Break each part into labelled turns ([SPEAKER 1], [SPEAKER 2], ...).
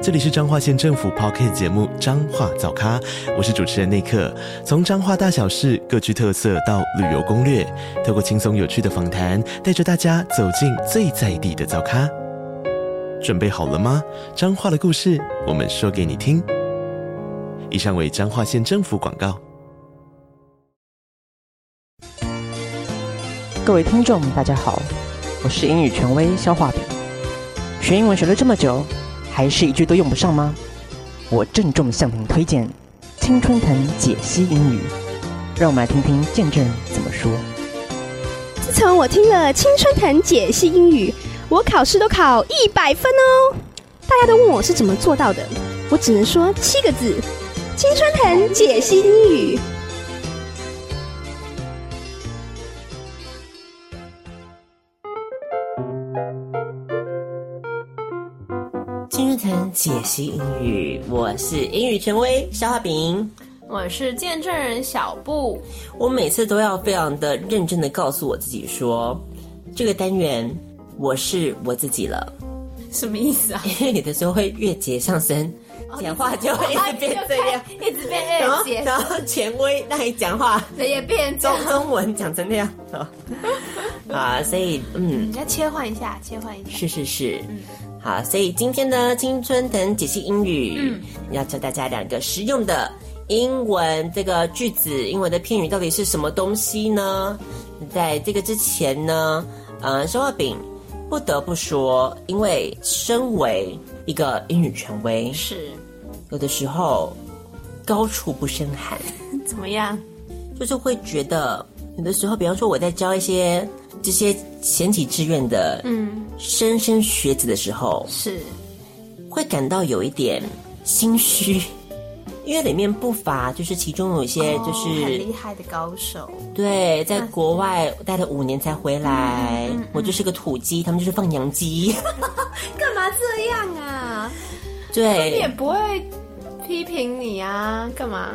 [SPEAKER 1] 这里是彰化县政府 p o c k t 节目《彰化早咖》，我是主持人内克。从彰化大小事各具特色到旅游攻略，透过轻松有趣的访谈，带着大家走进最在地的早咖。准备好了吗？彰化的故事，我们说给你听。以上为彰化县政府广告。
[SPEAKER 2] 各位听众，大家好，我是英语权威肖化饼。学英文学了这么久，还是一句都用不上吗？我郑重向您推荐《青春藤解析英语》，让我们来听听见证人怎么说。
[SPEAKER 3] 自从我听了青春藤解析英语，我考试都考一百分哦。大家都问我是怎么做到的，我只能说七个字：青春藤解析英语。
[SPEAKER 4] 今日谈解析英语，我是英语权威肖画饼。
[SPEAKER 5] 我是见证人小布，
[SPEAKER 4] 我每次都要非常的认真的告诉我自己说，这个单元我是我自己了，
[SPEAKER 5] 什么意 思啊？
[SPEAKER 4] 因为有的时候会越节上升，讲话就会一直变这 样，
[SPEAKER 5] 一直变
[SPEAKER 4] 然
[SPEAKER 5] 二
[SPEAKER 4] 后
[SPEAKER 5] 阶，
[SPEAKER 4] 然后权威让你讲话
[SPEAKER 5] 也变这
[SPEAKER 4] 中
[SPEAKER 5] 样。
[SPEAKER 4] 中文讲成那样啊啊，所以嗯，
[SPEAKER 5] 你再切换一下，切换一下。
[SPEAKER 4] 是是是，好，所以今天呢，青春藤解析英语，要教大家两个实用的英文这个句子，英文的片语到底是什么东西呢？在这个之前呢，呃，烧画饼不得不说，因为身为一个英语权威，
[SPEAKER 5] 是
[SPEAKER 4] 有的时候高处不胜寒。
[SPEAKER 5] 怎么样？
[SPEAKER 4] 就是会觉得有的时候，比方说我在教一些这些前几志愿的嗯莘莘学子的时候，
[SPEAKER 5] 是
[SPEAKER 4] 会感到有一点心虚，因为里面不乏就是其中有一些就
[SPEAKER 5] 哦很
[SPEAKER 4] 是、
[SPEAKER 5] 厉害的嗯高手，
[SPEAKER 4] 对，在国外待了五年才回来，
[SPEAKER 5] 嗯
[SPEAKER 4] 我就是个土鸡，他们就是放羊 鸡，
[SPEAKER 5] 干嘛这样啊？你也
[SPEAKER 4] 对，
[SPEAKER 5] 不会批评你啊？干嘛？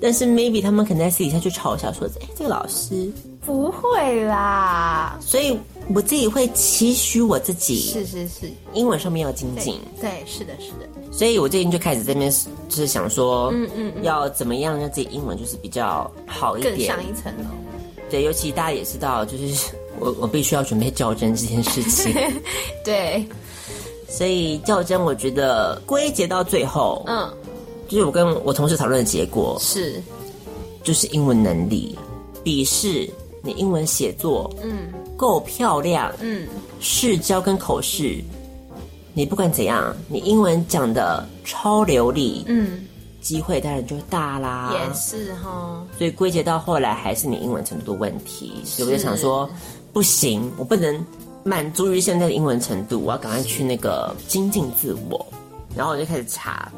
[SPEAKER 4] 但是 maybe 他们可能在私底下就嘲笑说，哎，这个老师，
[SPEAKER 5] 不会啦，
[SPEAKER 4] 所以我自己会期许我自己
[SPEAKER 5] 是是是，
[SPEAKER 4] 英文上面要精
[SPEAKER 5] 对
[SPEAKER 4] 进。
[SPEAKER 5] 对，是的，是的，
[SPEAKER 4] 所以我最近就开始这边就是想说，嗯嗯，要怎么样让自己英文就是比较好一
[SPEAKER 5] 更
[SPEAKER 4] 点
[SPEAKER 5] 上。一层楼。
[SPEAKER 4] 对，尤其大家也知道，就是我我必须要准备较真这件事情，
[SPEAKER 5] 对，
[SPEAKER 4] 所以较真我觉得归结到最后，
[SPEAKER 5] 嗯，
[SPEAKER 4] 就是我跟我同事讨论的结果，
[SPEAKER 5] 是
[SPEAKER 4] 就是英文能力、笔试、你英文写作，嗯，够漂亮，嗯，试教跟口试，你不管怎样，你英文讲的超流利，
[SPEAKER 5] 嗯，
[SPEAKER 4] 机会当然就大啦。
[SPEAKER 5] 也是哈，
[SPEAKER 4] 所以归结到后来还是你英文程度的问题，所以我就是想说，不行，我不能满足于现在的英文程度，我要赶快去那个精进自我。然后我就开始查，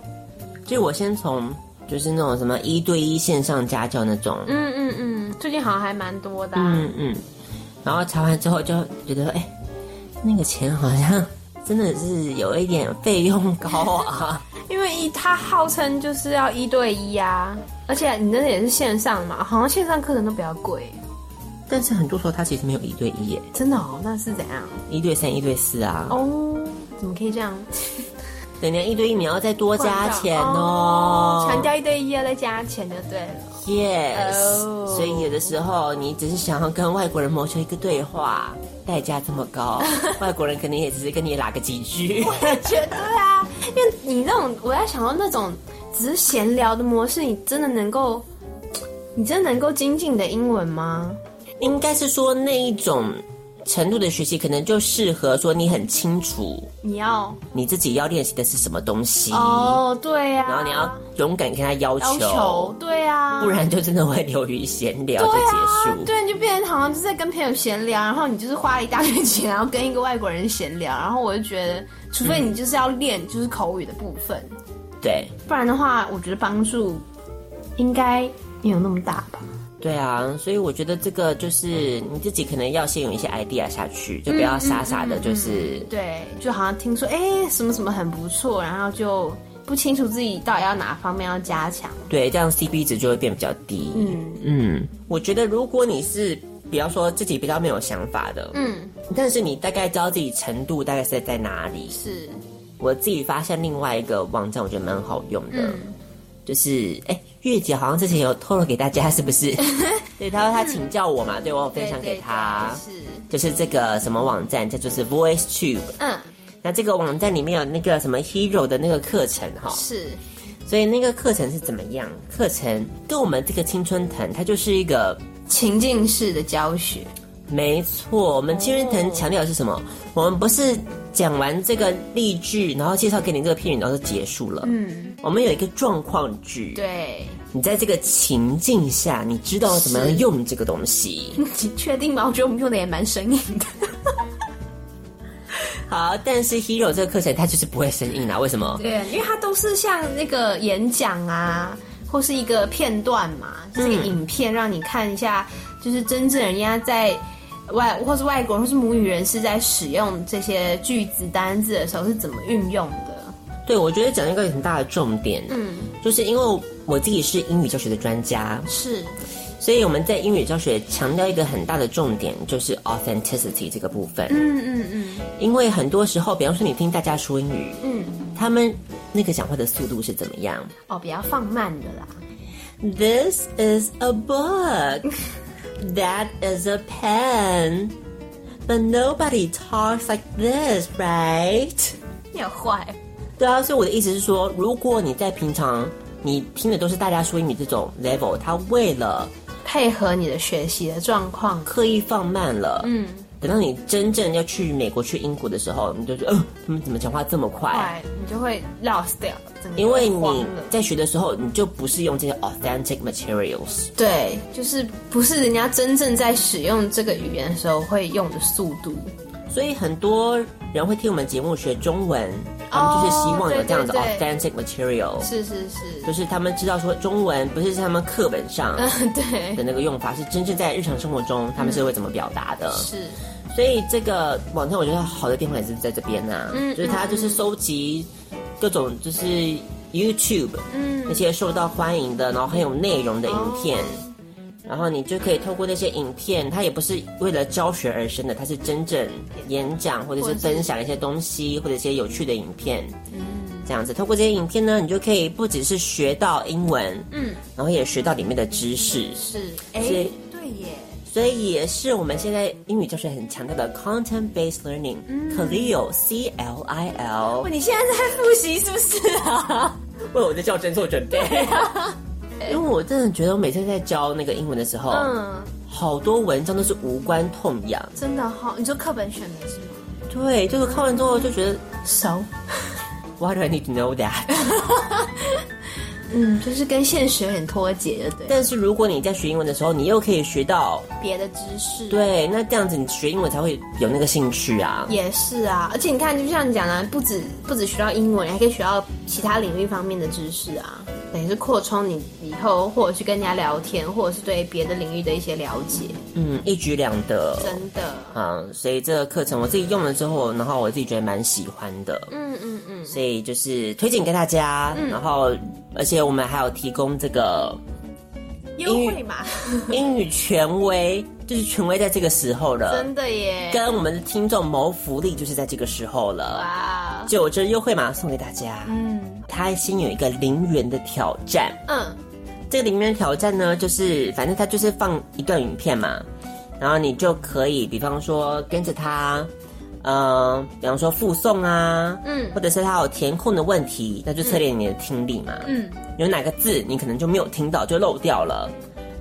[SPEAKER 4] 就我先从就是那种什么一对一线上家教那种，
[SPEAKER 5] 嗯嗯嗯，最近好像还蛮多的啊，
[SPEAKER 4] 嗯嗯，然后查完之后就觉得，哎，那个钱好像 真的是有一点费用高啊。
[SPEAKER 5] 因为一他号称就是要一对一啊，而且你那个也是线上嘛，好像线上课程都比较贵，
[SPEAKER 4] 但是很多时候它其实没有一对一耶，
[SPEAKER 5] 真的哦，那是怎样？
[SPEAKER 4] 一对三、一对四啊。
[SPEAKER 5] 哦，怎么可以这样？
[SPEAKER 4] 等年一对一，你要再多加钱哦
[SPEAKER 5] 哦。强调一对一要再加钱就对了，
[SPEAKER 4] yes，、
[SPEAKER 5] 哦
[SPEAKER 4] 所以有的时候你只是想要跟外国人谋求一个对话，代价这么 高，外国人肯定也只是跟你拉个几句。
[SPEAKER 5] 绝对啊，因为你那种我在想到那种只是闲聊的模式，你真的能够，你真的能够精进你的英文吗？
[SPEAKER 4] 应该是说那一种程度的学习，可能就适合说你很清楚
[SPEAKER 5] 你要
[SPEAKER 4] 你自己要练习的是什么东西，
[SPEAKER 5] 哦，对呀、啊，
[SPEAKER 4] 然后你要勇敢跟他要
[SPEAKER 5] 要
[SPEAKER 4] 求，
[SPEAKER 5] 求，对啊，
[SPEAKER 4] 不然就真的会流于闲聊就
[SPEAKER 5] 对
[SPEAKER 4] 结
[SPEAKER 5] 啊
[SPEAKER 4] 束。，
[SPEAKER 5] 对，你就变成好像就是在跟朋友闲聊，然后你就是花了一大堆钱，然后跟一个外国人闲聊，然后我就觉得，除非你就是要练就是口语的部分，
[SPEAKER 4] 对
[SPEAKER 5] 不然的话，我觉得帮助应该没有那么大吧。
[SPEAKER 4] 对对啊，所以我觉得这个就是你自己可能要先有一些 idea 下去，就不要傻傻
[SPEAKER 5] 嗯
[SPEAKER 4] 的，就是、
[SPEAKER 5] 对，就好像听说哎、什么什么很不错，然后就不清楚自己到底要哪方面要加强。
[SPEAKER 4] 对，这样 CP 值就会变比较低。
[SPEAKER 5] 嗯
[SPEAKER 4] 嗯，我觉得如果你是比方说自己比较没有想法的，
[SPEAKER 5] 嗯，
[SPEAKER 4] 但是你大概知道自己程度大概是在哪里。
[SPEAKER 5] 是
[SPEAKER 4] 我自己发现另外一个网站，我觉得蛮好用的，
[SPEAKER 5] 嗯
[SPEAKER 4] 就是哎，月姐好像之前有透露给大家，是不 是？对，她说她请教我嘛，对我有分享给她，
[SPEAKER 5] 对对对是
[SPEAKER 4] 就是这个什么网站，这就是 VoiceTube。
[SPEAKER 5] 嗯
[SPEAKER 4] 那这个网站里面有那个什么 Hero 的那个课程哈、
[SPEAKER 5] 是
[SPEAKER 4] 所以那个课程是怎么样？课程跟我们这个青春藤，它就是一个
[SPEAKER 5] 情境式的教学，
[SPEAKER 4] 没错，我们青春藤强调的是什么？我们不是讲完这个例句，然后介绍给你这个片语，然后就结束了。
[SPEAKER 5] 嗯，
[SPEAKER 4] 我们有一个状况句，
[SPEAKER 5] 对，
[SPEAKER 4] 你在这个情境下，你知道怎么样
[SPEAKER 5] 是
[SPEAKER 4] 用这个东 西。
[SPEAKER 5] 你确定吗？我觉得我们用的也蛮生硬的，
[SPEAKER 4] 好，但是 Hero 这个课程它就是不会生硬啦，为什么？
[SPEAKER 5] 对，因为它都是像那个演讲啊，或是一个片段嘛，就是一个影片，让你看一下，就是真正人家在外或是外国人或是母语人士在使用这些句子单字的时候是怎么运用的，
[SPEAKER 4] 对，我觉得讲一个很大的重点，
[SPEAKER 5] 嗯，
[SPEAKER 4] 就是因为我自己是英语教学的专家，
[SPEAKER 5] 是
[SPEAKER 4] 所以我们在英语教学强调一个很大的重点，就是 authenticity 这个部分。
[SPEAKER 5] 嗯嗯嗯
[SPEAKER 4] 因为很多时候，比方说你听大家说英语，
[SPEAKER 5] 嗯，
[SPEAKER 4] 他们那个讲话的速度是怎么样
[SPEAKER 5] 哦，比较放慢的啦，
[SPEAKER 4] ？This is a book. That is a pen. But nobody talks like this, right?
[SPEAKER 5] 你好坏，
[SPEAKER 4] 对啊，所以我的意思是说，如果你在平常你听的都是大家说英语这种 level，他为了
[SPEAKER 5] 配合你的学习的状况，
[SPEAKER 4] 刻意放慢了，
[SPEAKER 5] 嗯，
[SPEAKER 4] 等到你真正要去美国、去英国的时候，你就觉得，呃，他们怎么讲话这么快？
[SPEAKER 5] 快，你就会 lost 掉，整个
[SPEAKER 4] 因为
[SPEAKER 5] 慌
[SPEAKER 4] 你
[SPEAKER 5] 了
[SPEAKER 4] 在学的时候，你就不是用这些 authentic materials。
[SPEAKER 5] 对，就是不是人家真正在使用这个语言的时候会用的速度。
[SPEAKER 4] 所以很多人会听我们节目学中文，他
[SPEAKER 5] 哦
[SPEAKER 4] 们就是希望有这样的
[SPEAKER 5] 对哦对对
[SPEAKER 4] authentic material，
[SPEAKER 5] 是是是，
[SPEAKER 4] 就是他们知道说中文不是在他们课本 上
[SPEAKER 5] 嗯，对
[SPEAKER 4] 的，那个用法，是真正在日常生活中他们是会怎么表达的。
[SPEAKER 5] 是，
[SPEAKER 4] 所以这个网站我觉得好的地方也是在这边呐、
[SPEAKER 5] 嗯
[SPEAKER 4] 就是它就是收集各种就是 YouTube
[SPEAKER 5] 嗯
[SPEAKER 4] 那些受到欢迎的，然后很有内容的影片。
[SPEAKER 5] 哦
[SPEAKER 4] 然后你就可以透过那些影片，它也不是为了教学而生的，它是真正演讲或者
[SPEAKER 5] 或
[SPEAKER 4] 是
[SPEAKER 5] 者是
[SPEAKER 4] 分享一些东西，或者一些有趣的影片，
[SPEAKER 5] 嗯
[SPEAKER 4] 这样子。透过这些影片呢，你就可以不只是学到英文，
[SPEAKER 5] 嗯，
[SPEAKER 4] 然后也学到里面的知识，
[SPEAKER 5] 是，哎
[SPEAKER 4] 所以，
[SPEAKER 5] 对耶，
[SPEAKER 4] 所以也是我们现在英语教学很强调的 content based learning，可 CLIL C L I
[SPEAKER 5] 哇，
[SPEAKER 4] L，
[SPEAKER 5] 嗯你现在在复习是不是啊？
[SPEAKER 4] 为我的教真做 准备。因为我真的觉得我每次在教那个英文的时候，
[SPEAKER 5] 嗯，
[SPEAKER 4] 好多文章都是无关痛痒。
[SPEAKER 5] 真的哈、你说课本选的是吗？
[SPEAKER 4] 对，就是看完之后就觉得
[SPEAKER 5] 熟，
[SPEAKER 4] Why do I need to know that？
[SPEAKER 5] 嗯，就是跟现实有点脱节的，对，
[SPEAKER 4] 但是如果你在学英文的时候，你又可以学到，
[SPEAKER 5] 别的知识，。
[SPEAKER 4] 对，那这样子你学英文才会有那个兴趣啊。
[SPEAKER 5] 也是啊，而且你看，就像你讲的、不止不止学到英文，还可以学到其他领域方面的知识啊，等于是扩充你以后或者去跟人家聊天，或者是对别的领域的一些了解，
[SPEAKER 4] 嗯，一举两得。
[SPEAKER 5] 真的，
[SPEAKER 4] 嗯，所以这个课程我自己用了之后，然后我自己觉得蛮喜欢的。
[SPEAKER 5] 嗯嗯嗯，
[SPEAKER 4] 所以就是推荐给大家，然后而且我们还有提供这 个
[SPEAKER 5] 优惠嘛，
[SPEAKER 4] 英语权威，就是权威在这个时候了
[SPEAKER 5] 真，的耶，
[SPEAKER 4] 跟我们的听众谋福利就是在这个时候了，
[SPEAKER 5] 哇，
[SPEAKER 4] 九折优惠码送给大家。
[SPEAKER 5] 嗯
[SPEAKER 4] 它先有一个零元的挑战，
[SPEAKER 5] 嗯，
[SPEAKER 4] 这个零元挑战呢，就是反正它就是放一段影片嘛，然后你就可以，比方说跟着它，呃，比方说附送啊，
[SPEAKER 5] 嗯
[SPEAKER 4] 或者是它有填空的问题，那就测验你的听力嘛，
[SPEAKER 5] 嗯，
[SPEAKER 4] 有哪个字你可能就没有听到，就漏掉了，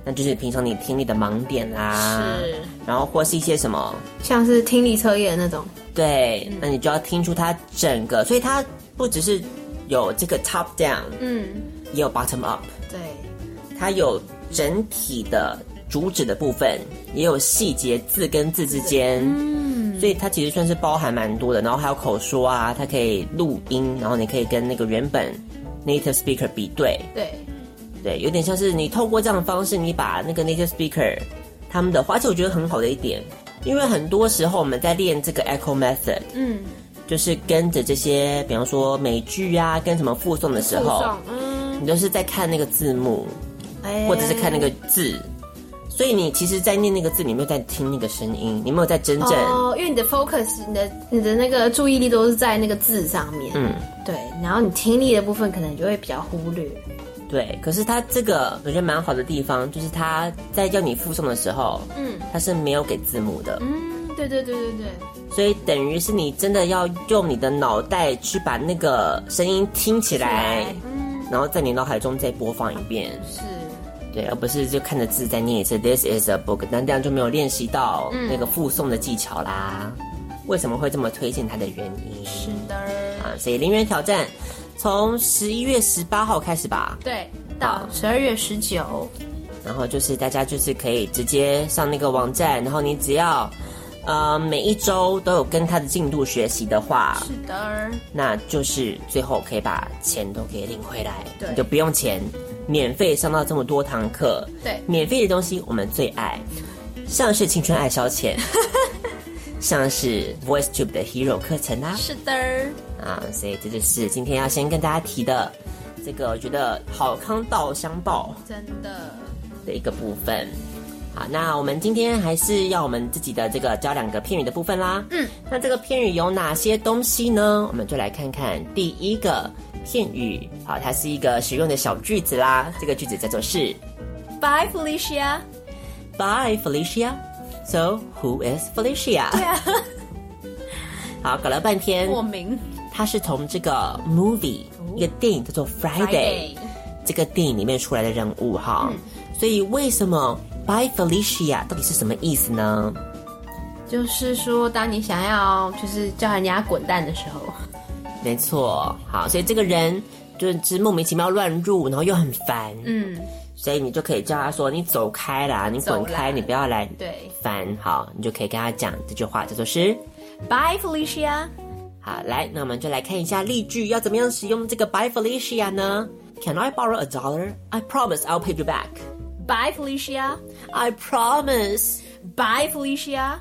[SPEAKER 4] 那就是平常你听力的盲点啦、
[SPEAKER 5] 是，
[SPEAKER 4] 然后或是一些什么，
[SPEAKER 5] 像是听力测验那种，
[SPEAKER 4] 对，
[SPEAKER 5] 嗯
[SPEAKER 4] 那你就要听出它整个，所以它不只是有这个 top down，
[SPEAKER 5] 嗯，
[SPEAKER 4] 也有 bottom up。
[SPEAKER 5] 对，
[SPEAKER 4] 它有整体的主旨的部分，也有细节字跟字之间，
[SPEAKER 5] 嗯，
[SPEAKER 4] 所以它其实算是包含蛮多的。然后还有口说啊，它可以录音，然后你可以跟那个原本 native speaker 比对，
[SPEAKER 5] 对，
[SPEAKER 4] 对，有点像是你透过这样的方式，你把那个 native speaker 他们的话，而且我觉得很好的一点，因为很多时候我们在练这个 echo method，
[SPEAKER 5] 嗯，
[SPEAKER 4] 就是跟着这些，比方说美剧啊，跟什么附送的时
[SPEAKER 5] 附
[SPEAKER 4] 候
[SPEAKER 5] 送，，嗯，
[SPEAKER 4] 你都是在看那个字幕，
[SPEAKER 5] 哎
[SPEAKER 4] 或者是看那个字，所以你其实，在念那个字，你没有在听那个声音，你没有在真正，
[SPEAKER 5] 哦，因为你的 focus，你的你的那个注意力都是在那个字上面，
[SPEAKER 4] 嗯，
[SPEAKER 5] 对，然后你听力的部分可能就会比较忽略，
[SPEAKER 4] 对。可是它这个我觉得蛮好的地方，就是它在叫你附送的时候，
[SPEAKER 5] 嗯
[SPEAKER 4] 它是没有给字幕的，
[SPEAKER 5] 嗯，对对对对对，
[SPEAKER 4] 所以等于是你真的要用你的脑袋去把那个声音听起来，
[SPEAKER 5] 嗯，
[SPEAKER 4] 然后在你脑海中再播放一遍，
[SPEAKER 5] 是，
[SPEAKER 4] 对，而不是就看着字再念一次 This is a book，但这样就没有练习到那个附送的技巧啦。为什么会这么推荐它的原因？是
[SPEAKER 5] 的，
[SPEAKER 4] 啊，所以零元挑战从十一月十八号开始吧，
[SPEAKER 5] 对，到十二月十九，
[SPEAKER 4] 然后就是大家就是可以直接上那个网站，然后你只要呃每一周都有跟它的进度学习的话，
[SPEAKER 5] 是的，
[SPEAKER 4] 那就是最后可以把钱都给领回来，
[SPEAKER 5] 对
[SPEAKER 4] 你就不用钱，免费上到这么多堂课，
[SPEAKER 5] 对
[SPEAKER 4] 免费的东西我们最爱，像是青春爱消 遣，像是 VoiceTube 的 Hero 课程啦、
[SPEAKER 5] 是的，
[SPEAKER 4] 啊，所以这就是今天要先跟大家提的这个我觉得好康道相报
[SPEAKER 5] 真的，
[SPEAKER 4] 的一个部分。好，那我们今天还是要我们自己的这个教两个片语的部分啦。嗯，那这个片语有哪些东西呢？我们就来看看第一个片语，好，它是一个实用的小句子啦。这个句子叫做是
[SPEAKER 5] Bye Felicia，
[SPEAKER 4] Bye Felicia。So who is Felicia？对啊。好，搞了半天，
[SPEAKER 5] 莫名
[SPEAKER 4] 它是从这个 movie 一个电影叫做 Friday 这个电影里面出来的人物哈，
[SPEAKER 5] 嗯
[SPEAKER 4] 所以为什么 By Felicia 到底是什么意思呢？
[SPEAKER 5] 就是说，当你想要就是叫人家滚蛋的时候，
[SPEAKER 4] 没错，好，所以这个人就是莫名其妙乱入，然后又很烦，
[SPEAKER 5] 嗯，
[SPEAKER 4] 所以你就可以叫他说你走开啦，你滚
[SPEAKER 5] 走啦
[SPEAKER 4] 开，你不要来
[SPEAKER 5] 对
[SPEAKER 4] 烦，好，你就可以跟他讲这句话叫做是。
[SPEAKER 5] ，Bye Felicia，
[SPEAKER 4] 好，来，那我们就来看一下例句，要怎么样使用这个 By Felicia 呢？Can I borrow a dollar? I promise I'll pay you back.
[SPEAKER 5] Bye Felicia，
[SPEAKER 4] I promise.
[SPEAKER 5] Bye Felicia，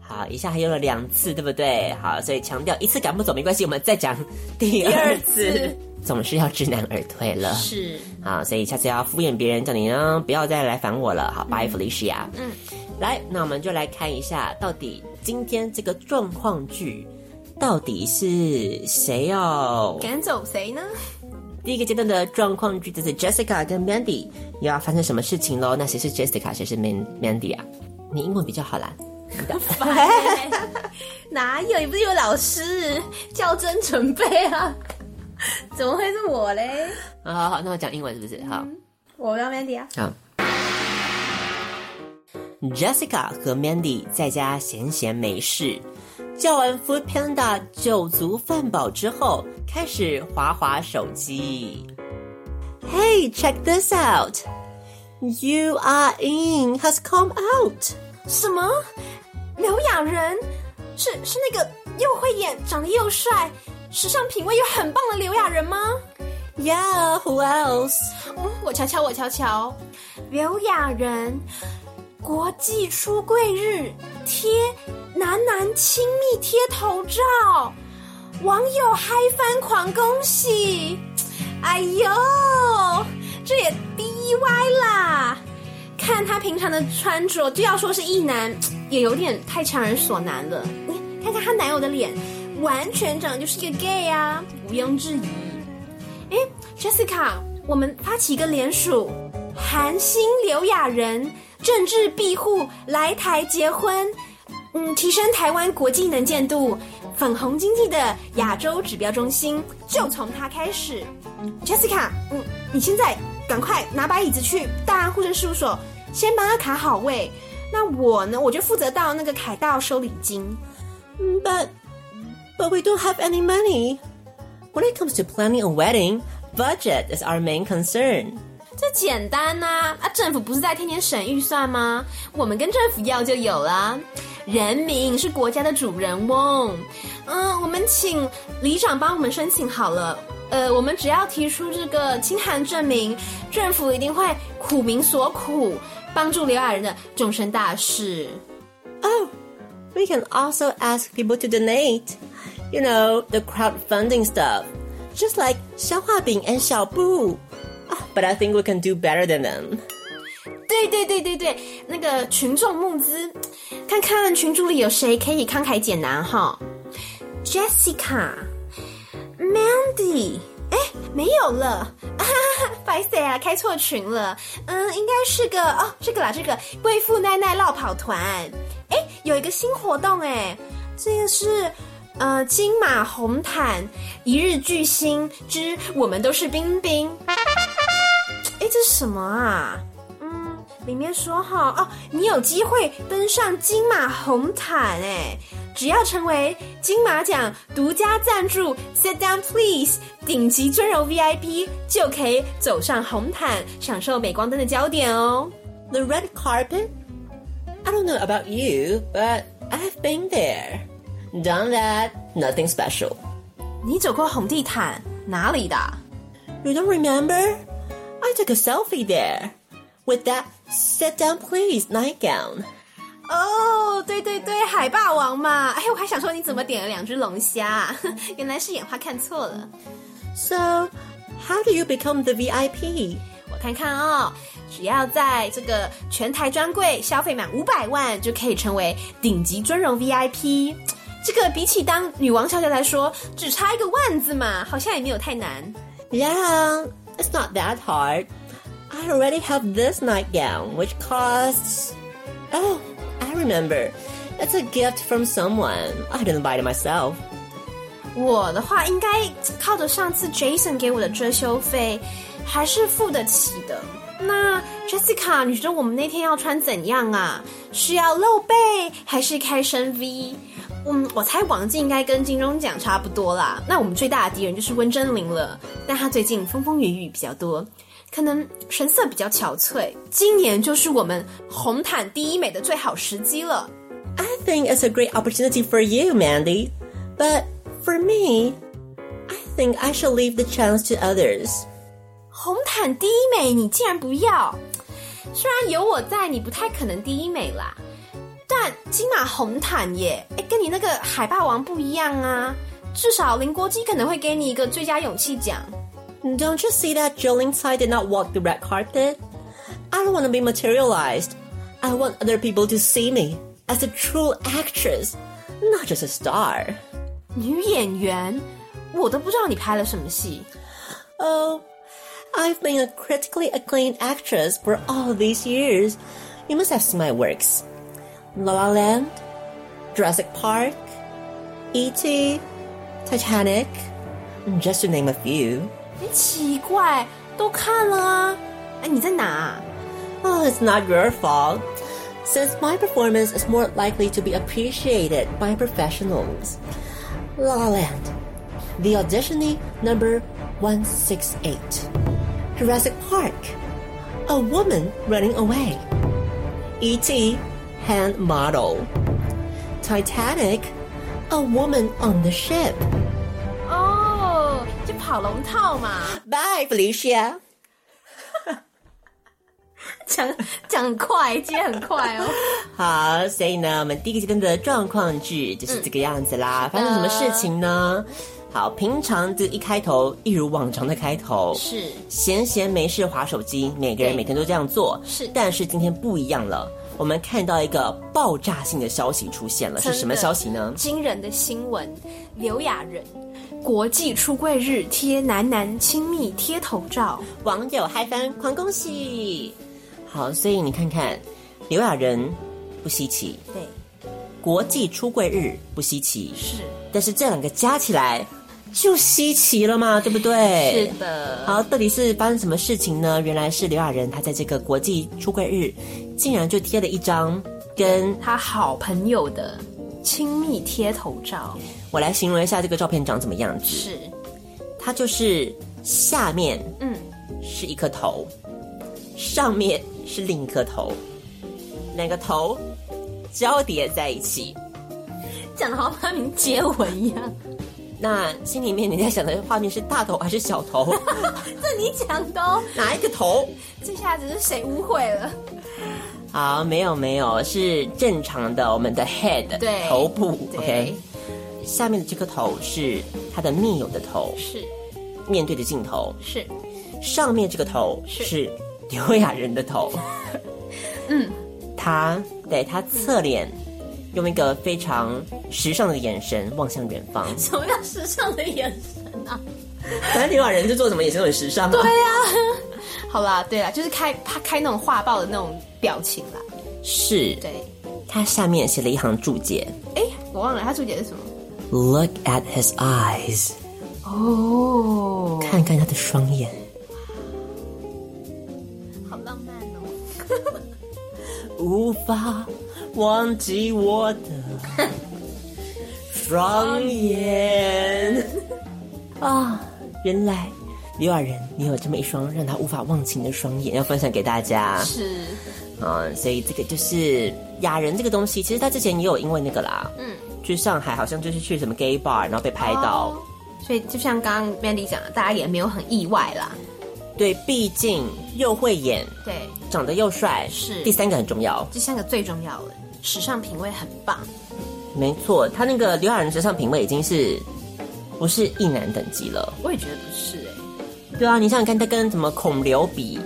[SPEAKER 4] 好，一下还用了两次，对不对？
[SPEAKER 5] 嗯
[SPEAKER 4] 好，所以强调一次赶不走没关系，我们再讲第二次，
[SPEAKER 5] 第二次
[SPEAKER 4] 总是要知难而退了。
[SPEAKER 5] 是
[SPEAKER 4] 好，所以下次要敷衍别人，叫你呢不要再来烦我了。好，拜、Felicia。嗯，来，那我们就来看一下，到底今天这个状况剧到底是谁要
[SPEAKER 5] 赶走谁呢？
[SPEAKER 4] 第一个阶段的状况剧，就是 Jessica 跟 Mandy 又要发生什么事情喽？那谁是 Jessica，谁是 Man Mandy 啊？你英文比较好啦。
[SPEAKER 5] 哪有？你不是有老师较真准备啊？ 怎么会是我嘞？
[SPEAKER 4] 好好好，那我讲英文是不是？好。
[SPEAKER 5] 嗯我叫 Mandy 啊。
[SPEAKER 4] 啊。Jessica 和 Mandy 在家闲闲没事，叫完 Food Panda 酒足饭饱之后，开始划划手机。Hey, check this out! You are in has come out.
[SPEAKER 5] 什么？刘亚仁是是那个又会演、长得又帅、时尚品味又很棒的刘亚仁吗？
[SPEAKER 4] Yeah, who else?
[SPEAKER 5] 嗯，我瞧瞧，我瞧瞧，刘亚仁国际出柜日贴男男亲密贴头照，网友嗨翻狂，恭喜！哎呦，这也 DY 啦！看他平常的穿着，就要说是一男，也有点太强人所难了。你看看她男友的脸，完全长得就是一个 gay 啊，毋庸置疑。哎，Jessica，我们发起一个联署，韩星刘亚仁政治庇护来台结婚，嗯，提升台湾国际能见度，粉红经济的亚洲指标中心就从他开始。Jessica，嗯，你现在赶快拿把椅子去大安护生事务所，先帮他卡好位。那我呢，我就负责到那个凯道收礼金。
[SPEAKER 4] But, but we don't have any money. When it comes to planning a wedding, budget is our main concern.
[SPEAKER 5] 这简单呐、啊！政府不是在天天省预算吗？我们跟政府要就有啦。人民是国家的主人翁，嗯，我们请里长帮我们申请好了。呃，我们只要提出这个清寒证明，政府一定会苦民所苦，帮助刘亚人的终身大事。
[SPEAKER 4] We can also ask people to donate. You know, the crowdfunding stuff. Just like Xiaohuabing and Xiaobu. Ah, But I think we can do better than them.
[SPEAKER 5] 对对对对对，那个群众募资，看看群组里有谁可以慷慨解囊哈。Jessica、Mandy，哎，没有了， 啊哈哈哈，不好意思啊，开错群了。嗯，应该是个哦，这个啦，这个贵妇奈奈绕跑团。哎，有一个新活动哎，这个是。呃，金马红毯一日巨星之我们都是冰冰，哎，这是什么啊？嗯，里面说哈哦，你有机会登上金马红毯哎，只要成为金马奖独家赞助 Sit Down Please 顶级尊荣 VIP，就可以走上红毯，享受镁光灯的焦点哦。
[SPEAKER 4] The red carpet? I don't know about you, but I've been there. Done that, nothing special.
[SPEAKER 5] 你走过红地毯哪里的？
[SPEAKER 4] You don't remember? I took a selfie there with that sit down please nightgown.
[SPEAKER 5] 哦，对对对，海霸王嘛。哎，我还想说你怎么点了两只龙虾， 原来是眼花看错了。
[SPEAKER 4] So, how do you become the VIP?
[SPEAKER 5] 我看看哦，只要在这个全台专柜消费满五百万，就可以成为顶级尊荣 VIP。这个比起当女王小姐来说，只差一个万字嘛，好像也没有太难。
[SPEAKER 4] Yeah, it's not that hard. I already have this nightgown, which costs. Oh, I remember. It's a gift from someone. I didn't buy it myself.
[SPEAKER 5] 我的话应该靠着上次 Jason 给我的遮羞费，还是付得起的。那 Jessica，你觉得我们那天要穿怎样啊？是要露背还是开身 V？嗯，我猜王静应该跟金钟奖差不多啦。那我们最大的敌人就是温真菱了，但她最近风风雨雨比较多，可能神色比较憔悴。今年就是我们红毯第一美的最好时机了。
[SPEAKER 4] I think it's a great opportunity for you, Mandy. But for me, I think I shall leave the chance to others.
[SPEAKER 5] 红毯第一美，你竟然不要？虽然有我在，你不太可能第一美啦。但金马红毯耶，哎，跟你那个海霸王不一样啊。至少林国基可能会给你一个最佳勇气奖。
[SPEAKER 4] Don't you see that Jolene Tsai did not walk the red carpet? I don't want to be materialized. I want other people to see me as a true actress, not just a star.
[SPEAKER 5] 女演员，我都不知道你拍了什么戏。
[SPEAKER 4] Oh, I've been a critically acclaimed actress for all these years. You must have seen my works La La Land, Jurassic Park, E.T., Titanic, just to name a few.
[SPEAKER 5] 哎，奇怪，都看了啊。哎，你在哪、
[SPEAKER 4] Oh, it's not your fault. Since my performance is more likely to be appreciated by professionals. La La Land. The auditionee number 168. Jurassic Park. A woman running away. E.T. Hand model. Titanic. A woman on the ship.
[SPEAKER 5] 哦，就跑龙套嘛，
[SPEAKER 4] Bye, Felicia.
[SPEAKER 5] 讲讲很快，接很快哦。
[SPEAKER 4] 好，所以呢，我们第一个阶段的状况剧就是这个样子啦。发生什么事情呢？好，平常的一开头，一如往常的开头，
[SPEAKER 5] 是
[SPEAKER 4] 闲闲没事划手机，每个人
[SPEAKER 5] 对
[SPEAKER 4] 每天都这样做。
[SPEAKER 5] 是
[SPEAKER 4] 但是今天不一样了，我们看到一个爆炸性的消息出现了，是什么消息呢？
[SPEAKER 5] 惊人的新闻，刘亚仁国际出柜日贴男男亲密贴头照，
[SPEAKER 4] 网友嗨翻，狂恭喜！好，所以你看看，刘亚仁不稀奇，
[SPEAKER 5] 对，
[SPEAKER 4] 国际出柜日不稀奇，
[SPEAKER 5] 是
[SPEAKER 4] 但是这两个加起来就稀奇了嘛，对不对？
[SPEAKER 5] 是。的，
[SPEAKER 4] 好，到底是发生什么事情呢？原来是刘亚仁他在这个国际出柜日，竟然就贴了一张跟
[SPEAKER 5] 他好朋友的亲密贴头照，
[SPEAKER 4] 我来形容一下这个照片长怎么样子。
[SPEAKER 5] 是，
[SPEAKER 4] 它就是下面
[SPEAKER 5] 嗯，
[SPEAKER 4] 是一颗头，上面是另一颗头，两个头交叠在一起。
[SPEAKER 5] 讲的好像他们接吻一样，
[SPEAKER 4] 那心里面你在想的画面是大头还是小头？
[SPEAKER 5] 这你讲的哦，
[SPEAKER 4] 哪一个头？
[SPEAKER 5] 这下子是谁误会了？
[SPEAKER 4] 好，啊没有没有，是正常的我们的 head
[SPEAKER 5] 对
[SPEAKER 4] 头部
[SPEAKER 5] 对
[SPEAKER 4] ，OK。下面的这个头是他的密友的头，
[SPEAKER 5] 是
[SPEAKER 4] 面对着镜头；
[SPEAKER 5] 是，
[SPEAKER 4] 上面这个头
[SPEAKER 5] 是
[SPEAKER 4] 是刘亚仁的 头。
[SPEAKER 5] 嗯，
[SPEAKER 4] 他对他侧脸用一个非常时尚的眼神望向远 方。
[SPEAKER 5] 什么叫时尚的眼神啊？
[SPEAKER 4] 反正刘亚仁就做什么眼神都很时尚嘛。啊对呀、
[SPEAKER 5] 好啦，对啦，就是开他开那种画报的那种表情啦。
[SPEAKER 4] 是
[SPEAKER 5] 对，
[SPEAKER 4] 他下面写了一行注解
[SPEAKER 5] 哎，我忘了他注解是什么。
[SPEAKER 4] ：Look at his eyes，
[SPEAKER 5] 哦，
[SPEAKER 4] 看看他的双眼。
[SPEAKER 5] 好浪漫 哦。
[SPEAKER 4] 无法忘记我的双眼啊！原来刘亚仁，你有这么一双让他无法忘情的双眼，要分享给大家。
[SPEAKER 5] 是，
[SPEAKER 4] 嗯，所以这个就是雅人这个东西，其实他之前也有因为那个啦，
[SPEAKER 5] 嗯，
[SPEAKER 4] 去上海好像就是去什么 gay bar，然后被拍到。
[SPEAKER 5] 哦所以就像刚刚 Mandy 讲的，大家也没有很意外啦。
[SPEAKER 4] 对，毕竟又会演，
[SPEAKER 5] 对，
[SPEAKER 4] 长得又帅，
[SPEAKER 5] 是
[SPEAKER 4] 第三个很重要。
[SPEAKER 5] 这三个最重要的，时尚品味很棒。
[SPEAKER 4] 没错，他那个刘亚仁时尚品味已经是不是一男等级了？
[SPEAKER 5] 我也觉得不是哎、
[SPEAKER 4] 对啊，你想想看，他跟什么孔刘比，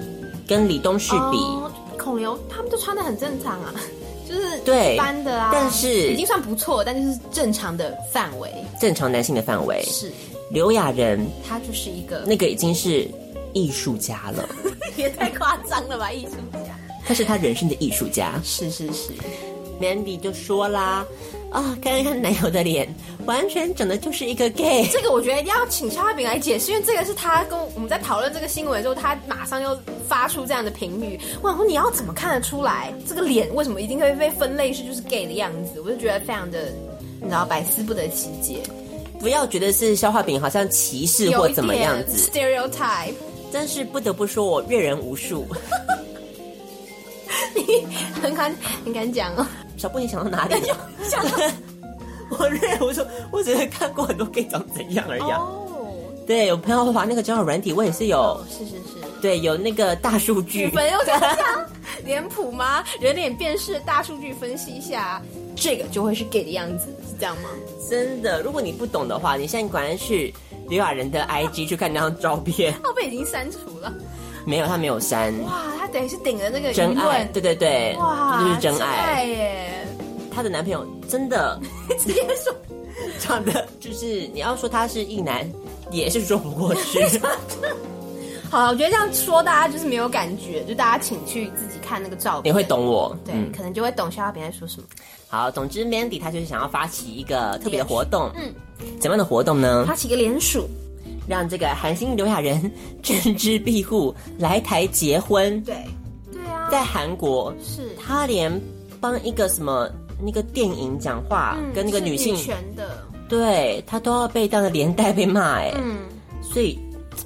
[SPEAKER 4] 跟李东旭比，
[SPEAKER 5] 哦孔刘他们都穿的很正常啊， 就是
[SPEAKER 4] 对
[SPEAKER 5] 一般的啊，
[SPEAKER 4] 但是
[SPEAKER 5] 已经算不错，但就是正常的范围
[SPEAKER 4] 正常男性的范围，
[SPEAKER 5] 是，
[SPEAKER 4] 刘亚仁
[SPEAKER 5] 他就是一个
[SPEAKER 4] 那个已经是艺术家 了，
[SPEAKER 5] 也太夸张了吧，艺术家。
[SPEAKER 4] 他是他人生的艺术家。
[SPEAKER 5] 是是是，
[SPEAKER 4] Mandy 就说啦，啊、看一看男友的脸，完全整的就是一个 gay。
[SPEAKER 5] 这个我觉得一定要请肖亚饼来解释，因为这个是他跟我们在讨论这个新闻的时候，他马上又发出这样的评语。我想说，你要怎么看得出来这个脸为什么一定会被分类是就是 gay 的样子？我就觉得非常的，你知道，百思不得其解，
[SPEAKER 4] 不要觉得是消化饼好像歧视或
[SPEAKER 5] 有一
[SPEAKER 4] 怎么样
[SPEAKER 5] 点
[SPEAKER 4] 子，
[SPEAKER 5] stereotype。
[SPEAKER 4] 但是不得不说，我阅人无数。
[SPEAKER 5] 你很敢，很敢讲哦。
[SPEAKER 4] 小布，你想到哪里 了？
[SPEAKER 5] 想到
[SPEAKER 4] 我阅人无数，我只是看过很多 gay 长怎样而已、啊。
[SPEAKER 5] 哦，
[SPEAKER 4] 对，我朋友玩那个交友软体，我也是有，
[SPEAKER 5] 是是是。
[SPEAKER 4] 对，有那个大数
[SPEAKER 5] 女
[SPEAKER 4] 据。
[SPEAKER 5] 朋友怎么样？脸谱吗？人脸辨识大数据分析一下，这个就会是 gay 的样子，是这样吗？
[SPEAKER 4] 真的，如果你不懂的话，你现在果然去刘亚 仁的 IG 去看那张照片，
[SPEAKER 5] 他哦被已经删除了。
[SPEAKER 4] 没有，他没有删。
[SPEAKER 5] 哇，他等于是顶着那个
[SPEAKER 4] 真
[SPEAKER 5] 舆
[SPEAKER 4] 爱，
[SPEAKER 5] 论，
[SPEAKER 4] 对对对，
[SPEAKER 5] 哇，
[SPEAKER 4] 这就是真
[SPEAKER 5] 爱
[SPEAKER 4] 爱。
[SPEAKER 5] 耶！
[SPEAKER 4] 她的男朋友真 的
[SPEAKER 5] 直接说
[SPEAKER 4] 长得就是，你要说他是异男，也是说不过 去。
[SPEAKER 5] 好了，我觉得这样说大家就是没有感觉，就大家请去自己看那个照
[SPEAKER 4] 你
[SPEAKER 5] 片，
[SPEAKER 4] 会。懂我，嗯
[SPEAKER 5] 对，可能就会懂肖亚平在说什么。
[SPEAKER 4] 好，总之 Mandy 她就是想要发起一个特别的活动，
[SPEAKER 5] 嗯，
[SPEAKER 4] 怎么样的活动呢？
[SPEAKER 5] 他起个联署，
[SPEAKER 4] 让这个韩星刘亚仁 政之庇护来台结婚，
[SPEAKER 5] 对，对啊，
[SPEAKER 4] 在韩国，
[SPEAKER 5] 是
[SPEAKER 4] 她连帮一个什么那个电影讲话，
[SPEAKER 5] 嗯
[SPEAKER 4] 跟那个
[SPEAKER 5] 是
[SPEAKER 4] 女性，
[SPEAKER 5] 权的，
[SPEAKER 4] 对她都要被当着连带被骂、哎、
[SPEAKER 5] 嗯，
[SPEAKER 4] 所以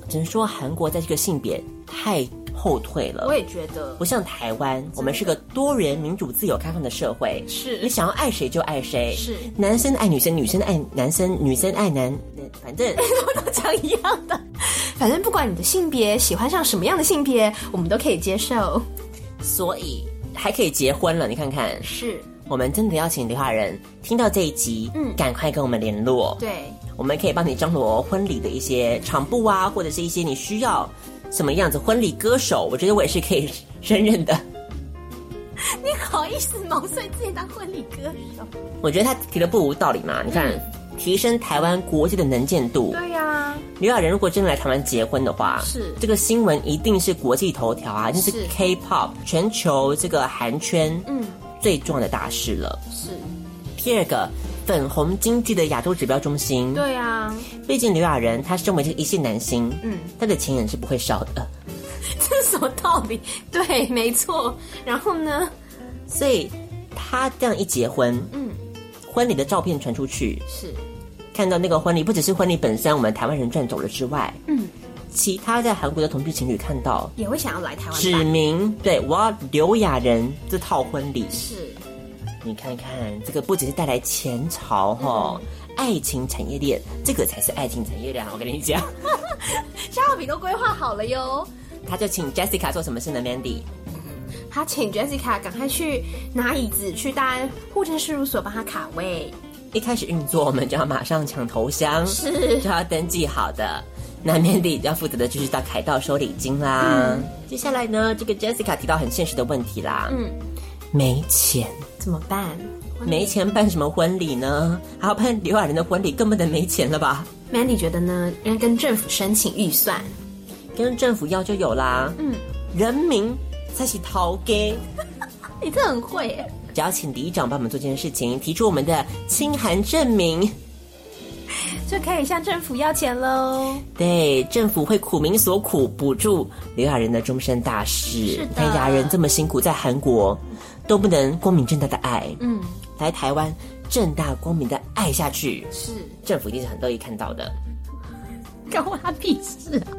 [SPEAKER 4] 只能说韩国在这个性别太后退了。
[SPEAKER 5] 我也觉得
[SPEAKER 4] 不像台湾，我们是个多元、民主、自由、开放的社会，
[SPEAKER 5] 是
[SPEAKER 4] 你想要爱谁就爱谁，
[SPEAKER 5] 是
[SPEAKER 4] 男生爱女生，女生爱男生，女生爱男，反正
[SPEAKER 5] 都讲一样的。 反正不管你的性别，喜欢上什么样的性别，我们都可以接受。
[SPEAKER 4] 所以还可以结婚了。你看看，
[SPEAKER 5] 是，
[SPEAKER 4] 我们真的要请刘亚仁听到这一集，
[SPEAKER 5] 嗯
[SPEAKER 4] 赶快跟我们联络，
[SPEAKER 5] 对，
[SPEAKER 4] 我们可以帮你张罗婚礼的一些场布啊，或者是一些你需要什么样子婚礼歌手，我觉得我也是 可以 胜任的。
[SPEAKER 5] 你好意思毛遂自荐当婚礼歌手？
[SPEAKER 4] 我觉得他提的不无道理嘛，你看。提升台湾国际的能见度，
[SPEAKER 5] 嗯对呀、
[SPEAKER 4] 刘亚仁如果真的来台湾结婚的话，
[SPEAKER 5] 是
[SPEAKER 4] 这个新闻一定是国际头条啊，就是是 K-pop 全球这个韩圈
[SPEAKER 5] 嗯，
[SPEAKER 4] 最重要的大事了。
[SPEAKER 5] 是，
[SPEAKER 4] 第二个，粉红京剧的亚洲指标中心，
[SPEAKER 5] 对呀、
[SPEAKER 4] 毕竟刘亚仁他身为这个一线男星，
[SPEAKER 5] 嗯，
[SPEAKER 4] 他的钱也是不会少的，
[SPEAKER 5] 这 是什么道理？对，没错。然后呢？
[SPEAKER 4] 所以他这样一结婚，
[SPEAKER 5] 嗯，
[SPEAKER 4] 婚礼的照片传出去，
[SPEAKER 5] 是，
[SPEAKER 4] 看到那个婚礼，不只是婚礼本身我们台湾人赚走了之外，
[SPEAKER 5] 嗯，
[SPEAKER 4] 其他在韩国的同居情侣看到，
[SPEAKER 5] 也会想要来台湾
[SPEAKER 4] 指
[SPEAKER 5] 吧？
[SPEAKER 4] 明对我要刘亚仁这套婚礼，
[SPEAKER 5] 是，嗯
[SPEAKER 4] 你看看这个不只是带来前朝哈、爱情产业链，这个才是爱情产业链啊。我跟你讲，
[SPEAKER 5] 肖浩比都规划好了哟。
[SPEAKER 4] 他就请 Jessica 做什么事呢，Mandy？
[SPEAKER 5] 他请 Jessica 赶快去拿椅子去大安户政事务所帮他卡位。
[SPEAKER 4] 一开始运作，我们就要马上抢头香，
[SPEAKER 5] 是
[SPEAKER 4] 就要登记好的。那 Mandy 要负责的就是到凯道收礼金啦。接下来呢，这个 Jessica 提到很现实的问题啦，
[SPEAKER 5] 嗯，
[SPEAKER 4] 没钱，
[SPEAKER 5] 怎么办？
[SPEAKER 4] 没钱办什么婚礼呢？还要办刘亚仁的婚礼，更不能没钱了吧？
[SPEAKER 5] Mandy 觉得呢，应该跟政府申请预算。
[SPEAKER 4] 跟政府要就有啦。嗯，人民才是头给，
[SPEAKER 5] 你这很会耶，
[SPEAKER 4] 只要请里长帮我们做这件事情，提出我们的清寒证明。
[SPEAKER 5] 就可以向政府要钱喽。
[SPEAKER 4] 对，政府会苦民所苦，补助刘亚仁的终身大事。
[SPEAKER 5] 是的
[SPEAKER 4] 但亚仁这么辛苦，在韩国都不能光明正大的爱，
[SPEAKER 5] 嗯，
[SPEAKER 4] 来台湾正大光明的爱下去，
[SPEAKER 5] 是，
[SPEAKER 4] 政府一定是很乐意看到的。
[SPEAKER 5] 关我他屁事啊！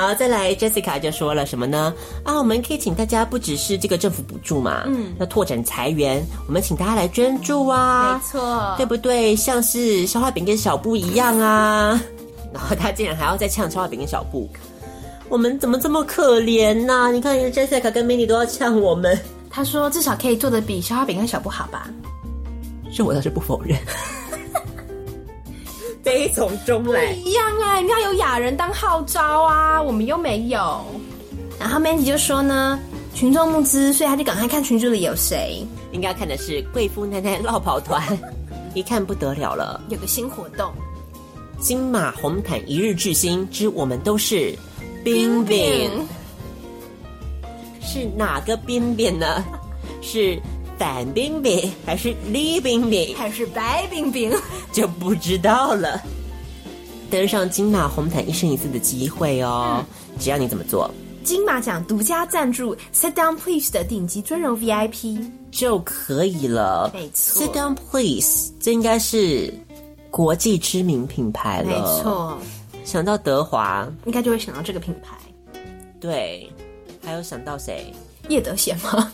[SPEAKER 4] 好，再来 Jessica 就说了什么呢？啊，我们可以请大家不只是这个政府补助嘛，嗯，要拓展财源，我们请大家来捐助啊，
[SPEAKER 5] 没错，
[SPEAKER 4] 对不对？像是消化饼跟小布一样啊， 然后他竟然还要再呛消化饼跟小布，我们怎么这么可怜呐、你看，连 Jessica 跟 Mindy 都要呛我们，
[SPEAKER 5] 他说至少可以做的比消化饼跟小布好吧？
[SPEAKER 4] 这我倒是不否 认，悲从中来。
[SPEAKER 5] 一样啊，你要有雅人当号召啊，我们又没有。然后 Mandy 就说呢，群众募资，所以他就赶快看群组里有谁
[SPEAKER 4] 应该看的是贵妇奶奶绕跑团， 一看不得了了。
[SPEAKER 5] 有个新活动，
[SPEAKER 4] 金马红毯一日巨星之我们都是冰冰，是哪个冰冰呢？是反冰冰还是李冰冰
[SPEAKER 5] 还是白冰冰。
[SPEAKER 4] 就不知道了。登上金马红毯一生一次的机会哦，
[SPEAKER 5] 嗯
[SPEAKER 4] 只要你怎么做
[SPEAKER 5] 金马奖独家赞助 Sit Down Please 的顶级尊荣 VIP，
[SPEAKER 4] 就可以了。
[SPEAKER 5] 没错
[SPEAKER 4] ，Sit down please，这应该是国际知名品牌了。
[SPEAKER 5] 没，错，
[SPEAKER 4] 想到德华，
[SPEAKER 5] 应该就会想到这个品牌。
[SPEAKER 4] 对，还有想到谁？
[SPEAKER 5] 叶德娴吗？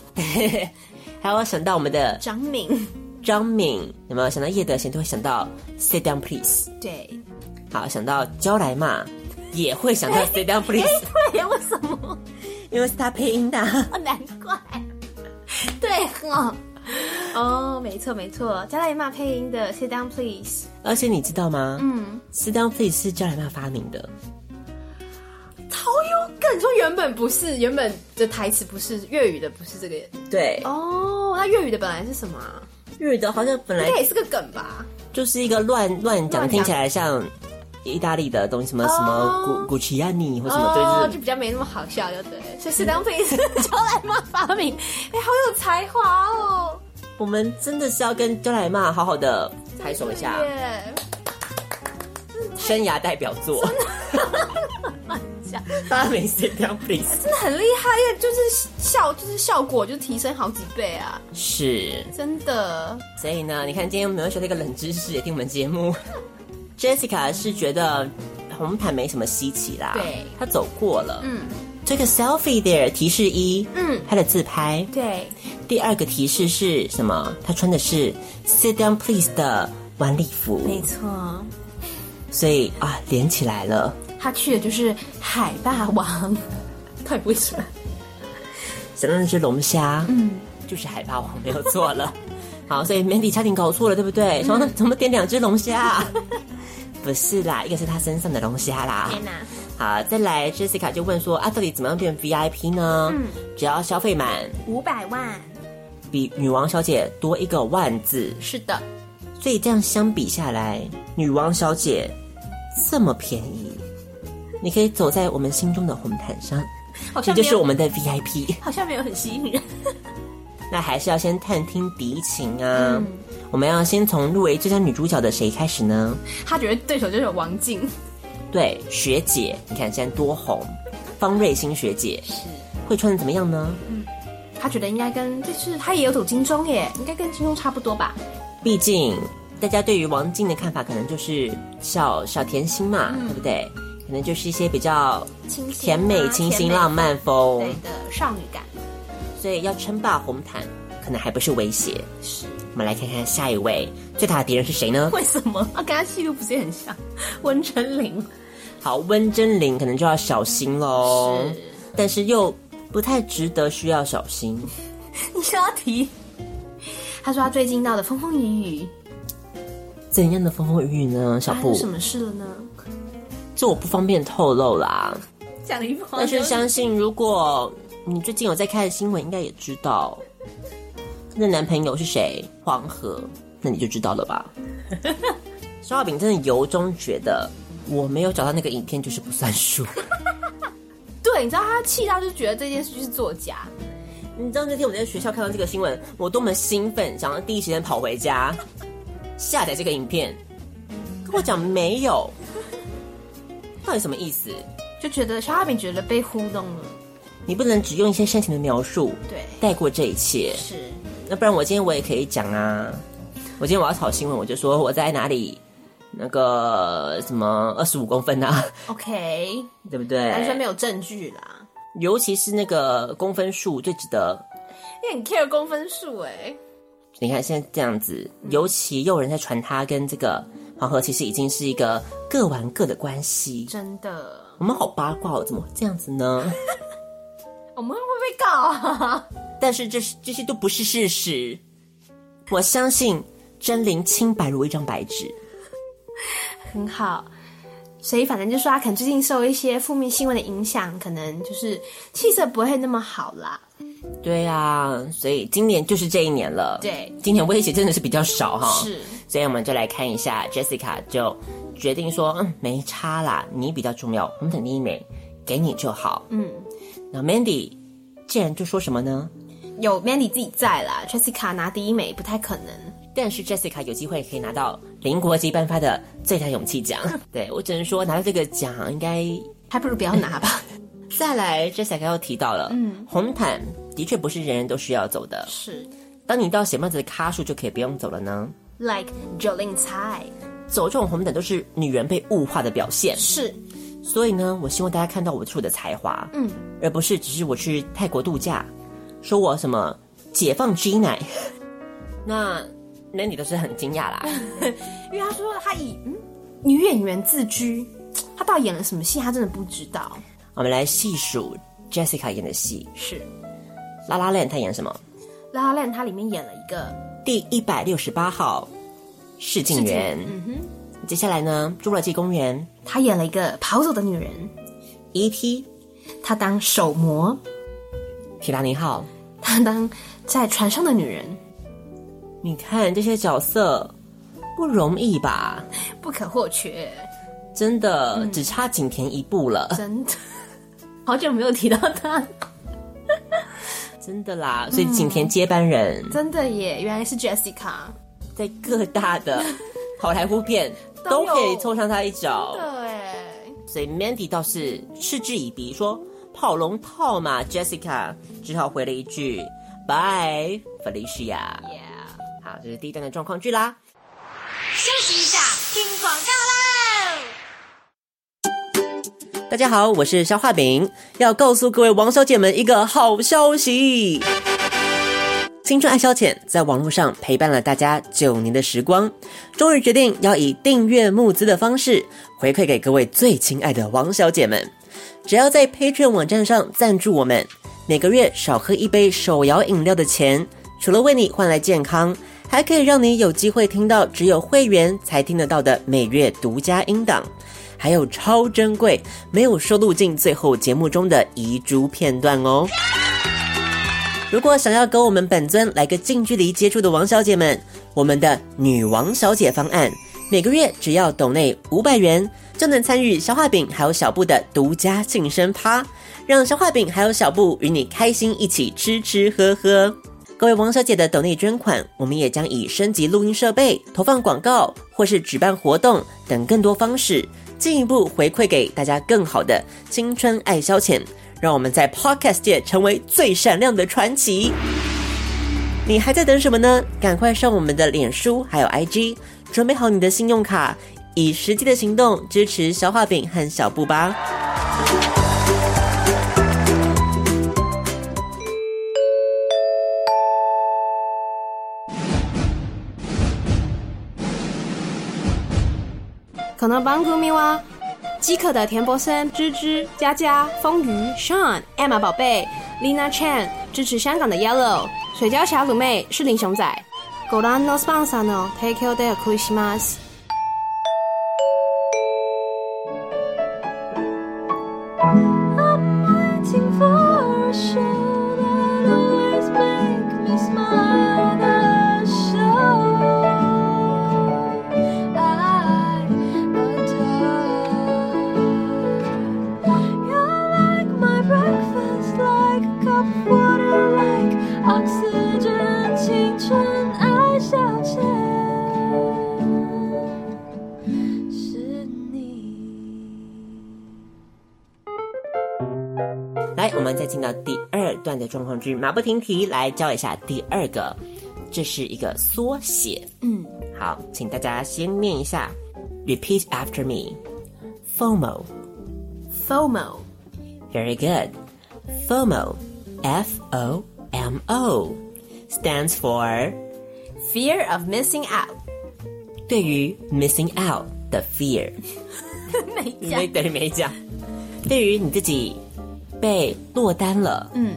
[SPEAKER 4] 还有想到我们的
[SPEAKER 5] 张敏，
[SPEAKER 4] 张敏，有没有想到叶德娴就会想到 Sit down please，
[SPEAKER 5] 对，
[SPEAKER 4] 好想到娇来嘛，也会想到 Sit down
[SPEAKER 5] 哎
[SPEAKER 4] please，，
[SPEAKER 5] 对，为什么？
[SPEAKER 4] 因为是他配音的啊。
[SPEAKER 5] 哦，难怪，对哈、哦，没错没错，加莱玛配音的 Sit Down Please，
[SPEAKER 4] 而且你知道吗？
[SPEAKER 5] 嗯，
[SPEAKER 4] Sit down please 是娇来嘛发明的，
[SPEAKER 5] 好有梗，说原本不是，原本的台词不是粤语的，不是这个
[SPEAKER 4] 对，
[SPEAKER 5] 哦，那粤语的本来是什么啊？
[SPEAKER 4] 日语的好像本来
[SPEAKER 5] 应该也是个梗吧？
[SPEAKER 4] 就是一个乱乱
[SPEAKER 5] 乱讲
[SPEAKER 4] 讲，听起来像意大利的东西，什么什么古古奇亚尼或什么，
[SPEAKER 5] 哦，
[SPEAKER 4] 对，
[SPEAKER 5] 就
[SPEAKER 4] 就是
[SPEAKER 5] 比较没那么好笑，就对了。所以 Sit Down Please 是加莱玛发明，哎，好有才华哦！
[SPEAKER 4] 我们真的是要跟娇来嘛好好的拍手一下，
[SPEAKER 5] 耶
[SPEAKER 4] 生涯代表作。 发明 sit down please
[SPEAKER 5] 真的很厉害耶，就是效就是效果就提升好几倍啊！
[SPEAKER 4] 是。
[SPEAKER 5] 真的，
[SPEAKER 4] 所以呢，你看今天我们又学了一个冷知识，也听我们节 目。Jessica 是觉得红毯没什么稀奇啦，
[SPEAKER 5] 对
[SPEAKER 4] 她走过了。
[SPEAKER 5] 嗯，
[SPEAKER 4] 这个 selfie there 提示一，
[SPEAKER 5] 嗯
[SPEAKER 4] 她的自拍。
[SPEAKER 5] 对，
[SPEAKER 4] 第二个提示是什么？她穿的是 sit down please 的晚礼服，
[SPEAKER 5] 错，
[SPEAKER 4] 所以啊，连起来了。
[SPEAKER 5] 他去的就是海霸 王，到底为什么？
[SPEAKER 4] 想到那只龙虾，嗯，就是海霸王没有错了。 好，所以 Mandy 差点搞错了，对不
[SPEAKER 5] 嗯
[SPEAKER 4] 对？想说怎么点两只龙虾、 不是啦，一个是他身上的龙虾啦。
[SPEAKER 5] 哪，
[SPEAKER 4] 好，再来 Jessica 就问说啊，到底怎么样变 VIP 呢？
[SPEAKER 5] 嗯
[SPEAKER 4] 只要消费满
[SPEAKER 5] 五百万，
[SPEAKER 4] 比女王小姐多一个万字，
[SPEAKER 5] 是的，
[SPEAKER 4] 所以这样相比下来，女王小姐这么便宜，你可以走在我们心中的红毯上，
[SPEAKER 5] 好
[SPEAKER 4] 这
[SPEAKER 5] 像没
[SPEAKER 4] 就
[SPEAKER 5] 有
[SPEAKER 4] 是我们的 VIP。
[SPEAKER 5] 好像没有很吸引人，
[SPEAKER 4] 那还是要先探听敌情啊。
[SPEAKER 5] 嗯
[SPEAKER 4] 我们要先从入围最佳女主角的谁开始呢？
[SPEAKER 5] 他觉得对手就是王静，
[SPEAKER 4] 对，学姐，你看现在多红，方瑞欣学姐会穿的怎么样呢？
[SPEAKER 5] 他觉得应该跟就是他也有走金钟耶，应该跟金钟差不多吧？
[SPEAKER 4] 毕竟大家对于王静的看法可能就是小小甜心嘛，对不对？可能就是一些比较
[SPEAKER 5] 清新啊
[SPEAKER 4] 甜美、清新、浪漫风
[SPEAKER 5] 对，的少女感，
[SPEAKER 4] 所以要称霸红毯，可能还不是威胁。
[SPEAKER 5] 是
[SPEAKER 4] 我们来看看下一位，最大的敌人是谁呢？
[SPEAKER 5] 为什么？啊，跟他戏路不是也很像？ 温真菱，
[SPEAKER 4] 好，温真菱可能就要小心喽，但是又不太值得需要小心。
[SPEAKER 5] 你说要提？他说他最近闹得风风雨雨，
[SPEAKER 4] 怎样的风风雨雨呢？小
[SPEAKER 5] 发
[SPEAKER 4] 布
[SPEAKER 5] 生，啊什么事了呢？
[SPEAKER 4] 这我不方便透露啦。
[SPEAKER 5] 讲的一副好
[SPEAKER 4] 但
[SPEAKER 5] 像
[SPEAKER 4] 是相信，如果你最近有在看新闻，应该也知道她的男朋友是谁，黄河，那你就知道了 吧？肖小饼真的由衷觉得，我没有找到那个影片就是不算数。
[SPEAKER 5] 对，你知道他气到就觉得这件事就是作假，
[SPEAKER 4] 你知道那天我在学校看到这个新闻，我多么兴奋，想要第一时间跑回家下载这个影片，跟我讲没 有，到底什么意思？
[SPEAKER 5] 就觉得小阿饼觉得被糊弄了。
[SPEAKER 4] 你不能只用一些煽情的描述
[SPEAKER 5] 对，
[SPEAKER 4] 带过这一切。
[SPEAKER 5] 是
[SPEAKER 4] 那不然我今天我也可以讲啊。我今天我要炒新闻，我就说我在哪里，那个什么二十五公分啊，
[SPEAKER 5] OK，
[SPEAKER 4] 对不对？
[SPEAKER 5] 完全没有证据啦。
[SPEAKER 4] 尤其是那个公分数最值得。
[SPEAKER 5] 你很 care 公分数哎、
[SPEAKER 4] 你看现在这样子，尤其又有人在传他跟这个黄河其实已经是一个各玩各的关系。
[SPEAKER 5] 真的，
[SPEAKER 4] 我们好八卦哦，怎么会这样子呢？
[SPEAKER 5] 我们会不会被告啊？
[SPEAKER 4] 但是这是这些都不是事实。我相信真灵清白如一张白纸。
[SPEAKER 5] 很好。所以反正就说他可能最近受一些负面新闻的影响，可能就是气色不会那么好啦。
[SPEAKER 4] 对啊，所以今年就是这一年了。
[SPEAKER 5] 对
[SPEAKER 4] 今年威胁真的是比较少哈。
[SPEAKER 5] 是，
[SPEAKER 4] 所以我们就来看一下 Jessica 就决定说，嗯，没差啦，你比较重要，我们等第一名，给你就好。
[SPEAKER 5] 嗯，
[SPEAKER 4] 那 Mandy 竟然就说什么呢？
[SPEAKER 5] 有 Mandy 自己在啦，Jessica 拿第一美不太可能。
[SPEAKER 4] 但是 Jessica 有机会可以拿到邻国级颁发的最佳勇气奖。
[SPEAKER 5] 嗯
[SPEAKER 4] 对我只能说，拿到这个奖应该
[SPEAKER 5] 还不如不要拿吧。
[SPEAKER 4] 再来。Jessica 又提到了，嗯，红毯的确不是人人都需要走的。
[SPEAKER 5] 是
[SPEAKER 4] 当你到什么样子的咖数就可以不用走了呢？
[SPEAKER 5] ，like Jolin 菜
[SPEAKER 4] 走这种红毯都是女人被物化的表现。
[SPEAKER 5] 是，
[SPEAKER 4] 所以呢，我希望大家看到我处的才华，
[SPEAKER 5] 嗯，
[SPEAKER 4] 而不是只是我去泰国度假，说我什么解放 G 奶。 那 Mandy 都是很惊讶啦，
[SPEAKER 5] 因为他说他以嗯女演员自居，他到底演了什么戏，他真的不知道。
[SPEAKER 4] 我们来细数 Jessica 演的戏，
[SPEAKER 5] 是
[SPEAKER 4] 《拉拉链》她演什么？
[SPEAKER 5] La La Land 他里面演了一个
[SPEAKER 4] 第一百六十八号试镜员，嗯哼。接下来呢，《侏罗纪公园》E
[SPEAKER 5] 他演了一个跑走的女人，
[SPEAKER 4] E.T.《
[SPEAKER 5] 他当手模，
[SPEAKER 4] 铁达尼号
[SPEAKER 5] 他当在船上的女人，》，
[SPEAKER 4] 你看这些角色不容易吧？
[SPEAKER 5] 不可或缺。
[SPEAKER 4] 真的、只差景甜一步了。
[SPEAKER 5] 真的， 好久没有提到他，
[SPEAKER 4] 真的啦，所以景
[SPEAKER 6] 嗯
[SPEAKER 4] 甜接班人、
[SPEAKER 5] 真的耶，原来是 Jessica。
[SPEAKER 4] 在各大的好莱坞片
[SPEAKER 5] 都
[SPEAKER 4] 都
[SPEAKER 5] 有
[SPEAKER 4] 可以凑上他一脚，
[SPEAKER 5] 对，
[SPEAKER 4] 所以 Mandy 倒是嗤之以鼻，说跑龙套嘛，Jessica 只好回了一句 Bye Felicia。
[SPEAKER 5] yeah。
[SPEAKER 4] 好，这是第一段的状况剧啦。
[SPEAKER 6] 休息一下，听广告喽。
[SPEAKER 4] 大家好，我是肖画饼，要告诉各位王小姐们一个好消息。青春爱消遣在网络上陪伴了大家九年的时光，终于决定要以订阅募资的方式回馈给各位最亲爱的王小姐们。只要在 Patreon 网站上赞助我们，每个月少喝一杯手摇饮料的钱，除了为你换来健康，还可以让你有机会听到只有会员才听得到的每月独家音档，还有超珍贵没有收录进最后节目中的遗珠片段哦。如果想要跟我们本尊来个近距离接触的王小姐们，我们的女王小姐方案，每个月只要抖内五百元，就能参与消化饼还有小布的独家庆生趴，让消化饼还有小布与你开心一起吃吃喝喝。各位王小姐的抖内捐款，我们也将以升级录音设备、投放广告或是举办活动等更多方式，进一步回馈给大家更好的青春爱消遣，让我们在 Podcast 界成为最闪亮的传奇。你还在等什么呢？赶快上我们的脸书还有 IG，准备好你的信用卡，以实际的行动支持小画饼和小布吧。
[SPEAKER 5] 可能帮助咪哇。饥渴的田伯森、芝芝、佳佳、风鱼、Sean、Emma 宝贝、Lina Chan 支持香港的 Yellow、水饺小卤妹是林熊仔。ご覧のスポンサーの提供でお送りします。
[SPEAKER 7] Waiting for a show that always make me smile. The show I adore. You're like my breakfast, like a cup of water, like oxygen. 青春爱消遣，是你。
[SPEAKER 4] 来，我们再进到第二段的状况句，马不停蹄来教一下第二个，这是一个缩写。嗯，好，请大家先念一下，repeat after me。FOMO,
[SPEAKER 5] FOMO
[SPEAKER 4] very good. FOMO, F O M O, stands for
[SPEAKER 5] Fear of Missing Out
[SPEAKER 4] 对于 missing out 的 fear，
[SPEAKER 5] 没
[SPEAKER 4] 因
[SPEAKER 5] 讲
[SPEAKER 4] 为等于没讲。对于你自己被落单了，嗯，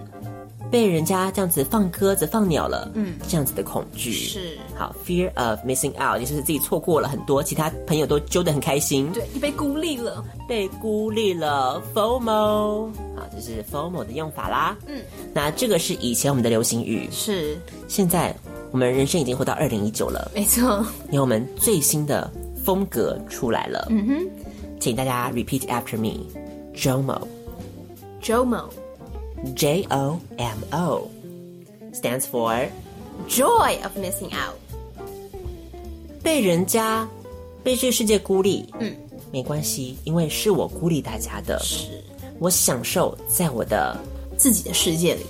[SPEAKER 4] 被人家这样子放鸽子、放鸟了，嗯，这样子的恐惧
[SPEAKER 5] 是
[SPEAKER 4] 好 fear of missing out，也就是自己错过了很多，其他朋友都揪得很开心，
[SPEAKER 5] 对，你被孤立了。
[SPEAKER 4] 被孤立了 FOMO。好，这是 FOMO 的用法啦。嗯，那这个是以前我们的流行语，
[SPEAKER 5] 是，
[SPEAKER 4] 现在我们人生已经活到二零一九了。
[SPEAKER 5] 没 错。
[SPEAKER 4] 有我们最新的风格出来了。嗯哼，请大家 repeat after me。Jomo
[SPEAKER 5] JOMO
[SPEAKER 4] J O M O stands for
[SPEAKER 5] Joy of Missing Out
[SPEAKER 4] 被人家被这个世界孤立。嗯，没关系，因为是我孤立大家的，
[SPEAKER 5] 是
[SPEAKER 4] 我享受在我的，
[SPEAKER 5] 自己的世界里。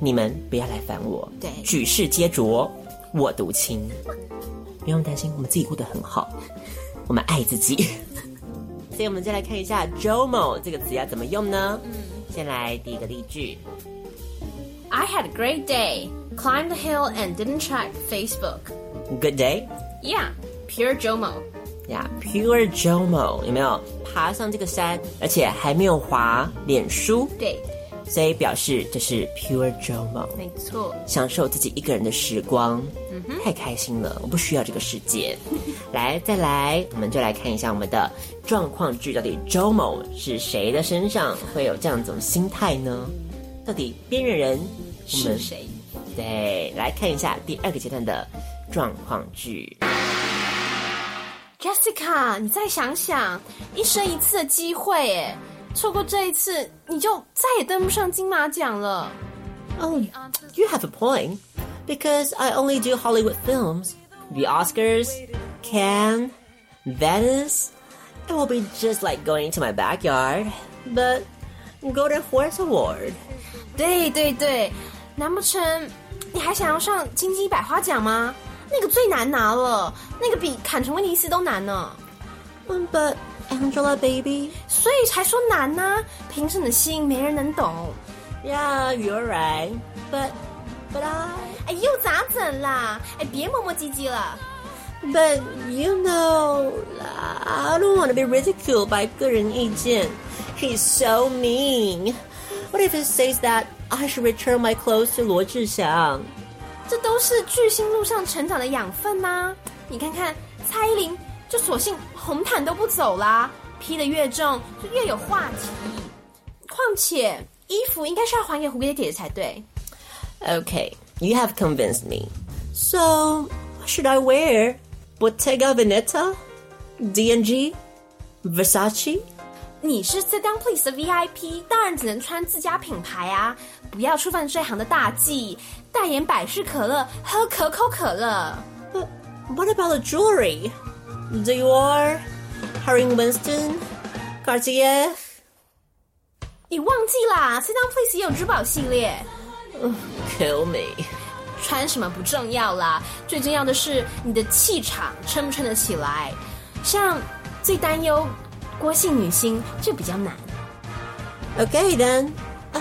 [SPEAKER 4] 你们不要来烦我。
[SPEAKER 5] 对
[SPEAKER 4] 举世皆浊，我独清。不用担心，我们自己过得很好，我们爱自己。 所以，我们再来看一下 “jomo” 这个词要怎么用呢？先来第一个例句。
[SPEAKER 5] I had a great day. Climbed the hill and didn't check Facebook.
[SPEAKER 4] Good day.
[SPEAKER 5] Yeah, pure JOMO.
[SPEAKER 4] Yeah, pure Jomo 有没有爬上这个山，而且还没有滑脸书，
[SPEAKER 5] 对，
[SPEAKER 4] 所以表示这是 pure Jomo，
[SPEAKER 5] 没错，
[SPEAKER 4] 享受自己一个人的时光，太开心了，我不需要这个世 界。来，再来，我们就来看一下我们的状况剧，到底 Jomo 是谁的身上会有这样一种心态呢？到底边缘人我
[SPEAKER 5] 是
[SPEAKER 4] 们
[SPEAKER 5] 谁？
[SPEAKER 4] 对，来看一下第二个阶段的状况剧。
[SPEAKER 5] Jessica，你再想想，一生一次的机会，耶，错过这一次，你就再也登不上金马奖了。
[SPEAKER 4] Oh, you have a point. Because I only do Hollywood films. The Oscars, Cannes, Venice. It will be just like going to my backyard. But Golden Horse Award.
[SPEAKER 5] 对对对，难不成你还想要上金鸡百花奖吗？那个最难拿了，那个比砍成威尼斯都难呢。
[SPEAKER 4] Mm, But Angela, baby.
[SPEAKER 5] 所以才说难呢、评审的心没人能懂。
[SPEAKER 4] Yeah, you're right. But, but I.
[SPEAKER 5] 哎，又咋整啦？哎，别磨磨唧唧了。
[SPEAKER 4] But you know, I don't want to be ridiculed by Gurren Ijin. He's so mean. What if he says that I should return my clothes to Luo Zhixiang?
[SPEAKER 5] 这都是巨星路上成长的养分呐、你看看蔡依林，就索性红毯都不走啦，披得越重就越有话题。况且衣服应该是要还给蝴蝶姐姐才对。
[SPEAKER 4] Okay, you have convinced me. So, what should I wear? Bottega Veneta? D&G? Versace?
[SPEAKER 5] 你是 Sit Down Please 的 VIP，当然只能穿自家品牌啊，不要触犯这行的大忌。代言百事可乐，喝可口可乐。
[SPEAKER 4] But what about the jewelry? Dior? Harry Winston? Cartier?
[SPEAKER 5] 你忘记啦，Sit Down Please 也有珠宝系列。
[SPEAKER 4] Kill me.
[SPEAKER 5] 穿什么不重要啦，最重要的是你的气场撑不撑得起来。像最担忧郭姓女星就比较难，
[SPEAKER 4] Okay then. Uh,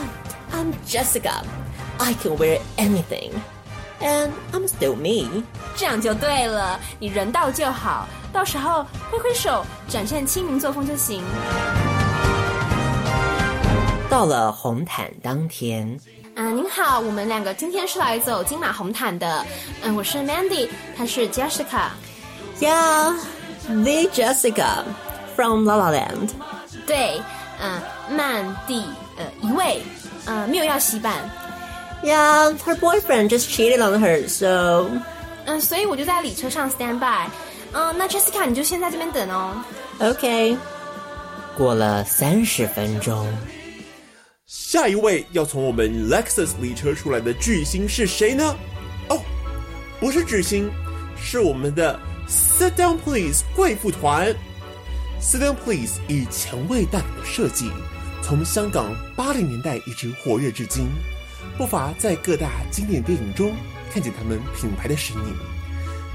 [SPEAKER 4] I'm Jessica. I can wear anything. and I'm still me。
[SPEAKER 5] 这样就对了，你人到就好，到时候挥挥手，展现亲民作风就行。
[SPEAKER 4] 到了红毯当天，
[SPEAKER 5] 啊、您好，我们两个今天是来走金马红毯的。嗯，我是 Mandy，她是 Jessica。
[SPEAKER 4] Yeah，the Jessica from La La Land。
[SPEAKER 5] 对，嗯、曼蒂，呃，一位，呃，没有要洗版。
[SPEAKER 4] Yeah，her boyfriend just cheated on her，so
[SPEAKER 5] 嗯、所以我就在礼车上 stand by。嗯、那 Jessica 你就先在这边等哦。
[SPEAKER 4] OK。过了三十分钟，
[SPEAKER 8] 下一位要从我们 Lexus 里车出来的巨星是谁呢？哦，不是巨星，是我们的 Sit Down Please 贵妇团。Sit Down Please 以前卫大胆的设计，从香港八零年代一直活跃至今，不乏在各大经典电影中看见他们品牌的身影。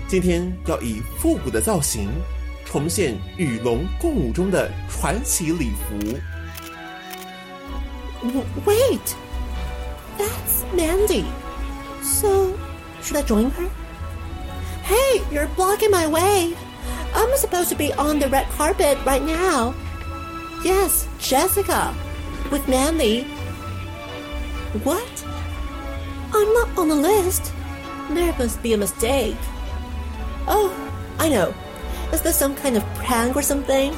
[SPEAKER 8] 今天要以复古的造型，重现与龙共舞中的传奇礼服。
[SPEAKER 4] Wait, that's Mandy. So, should I join her? Hey, you're blocking my way. I'm supposed to be on the red carpet right now. Yes, Jessica, with Mandy. What? I'm not on the list. There must be a mistake. Oh, I know. Is this some kind of prank or something?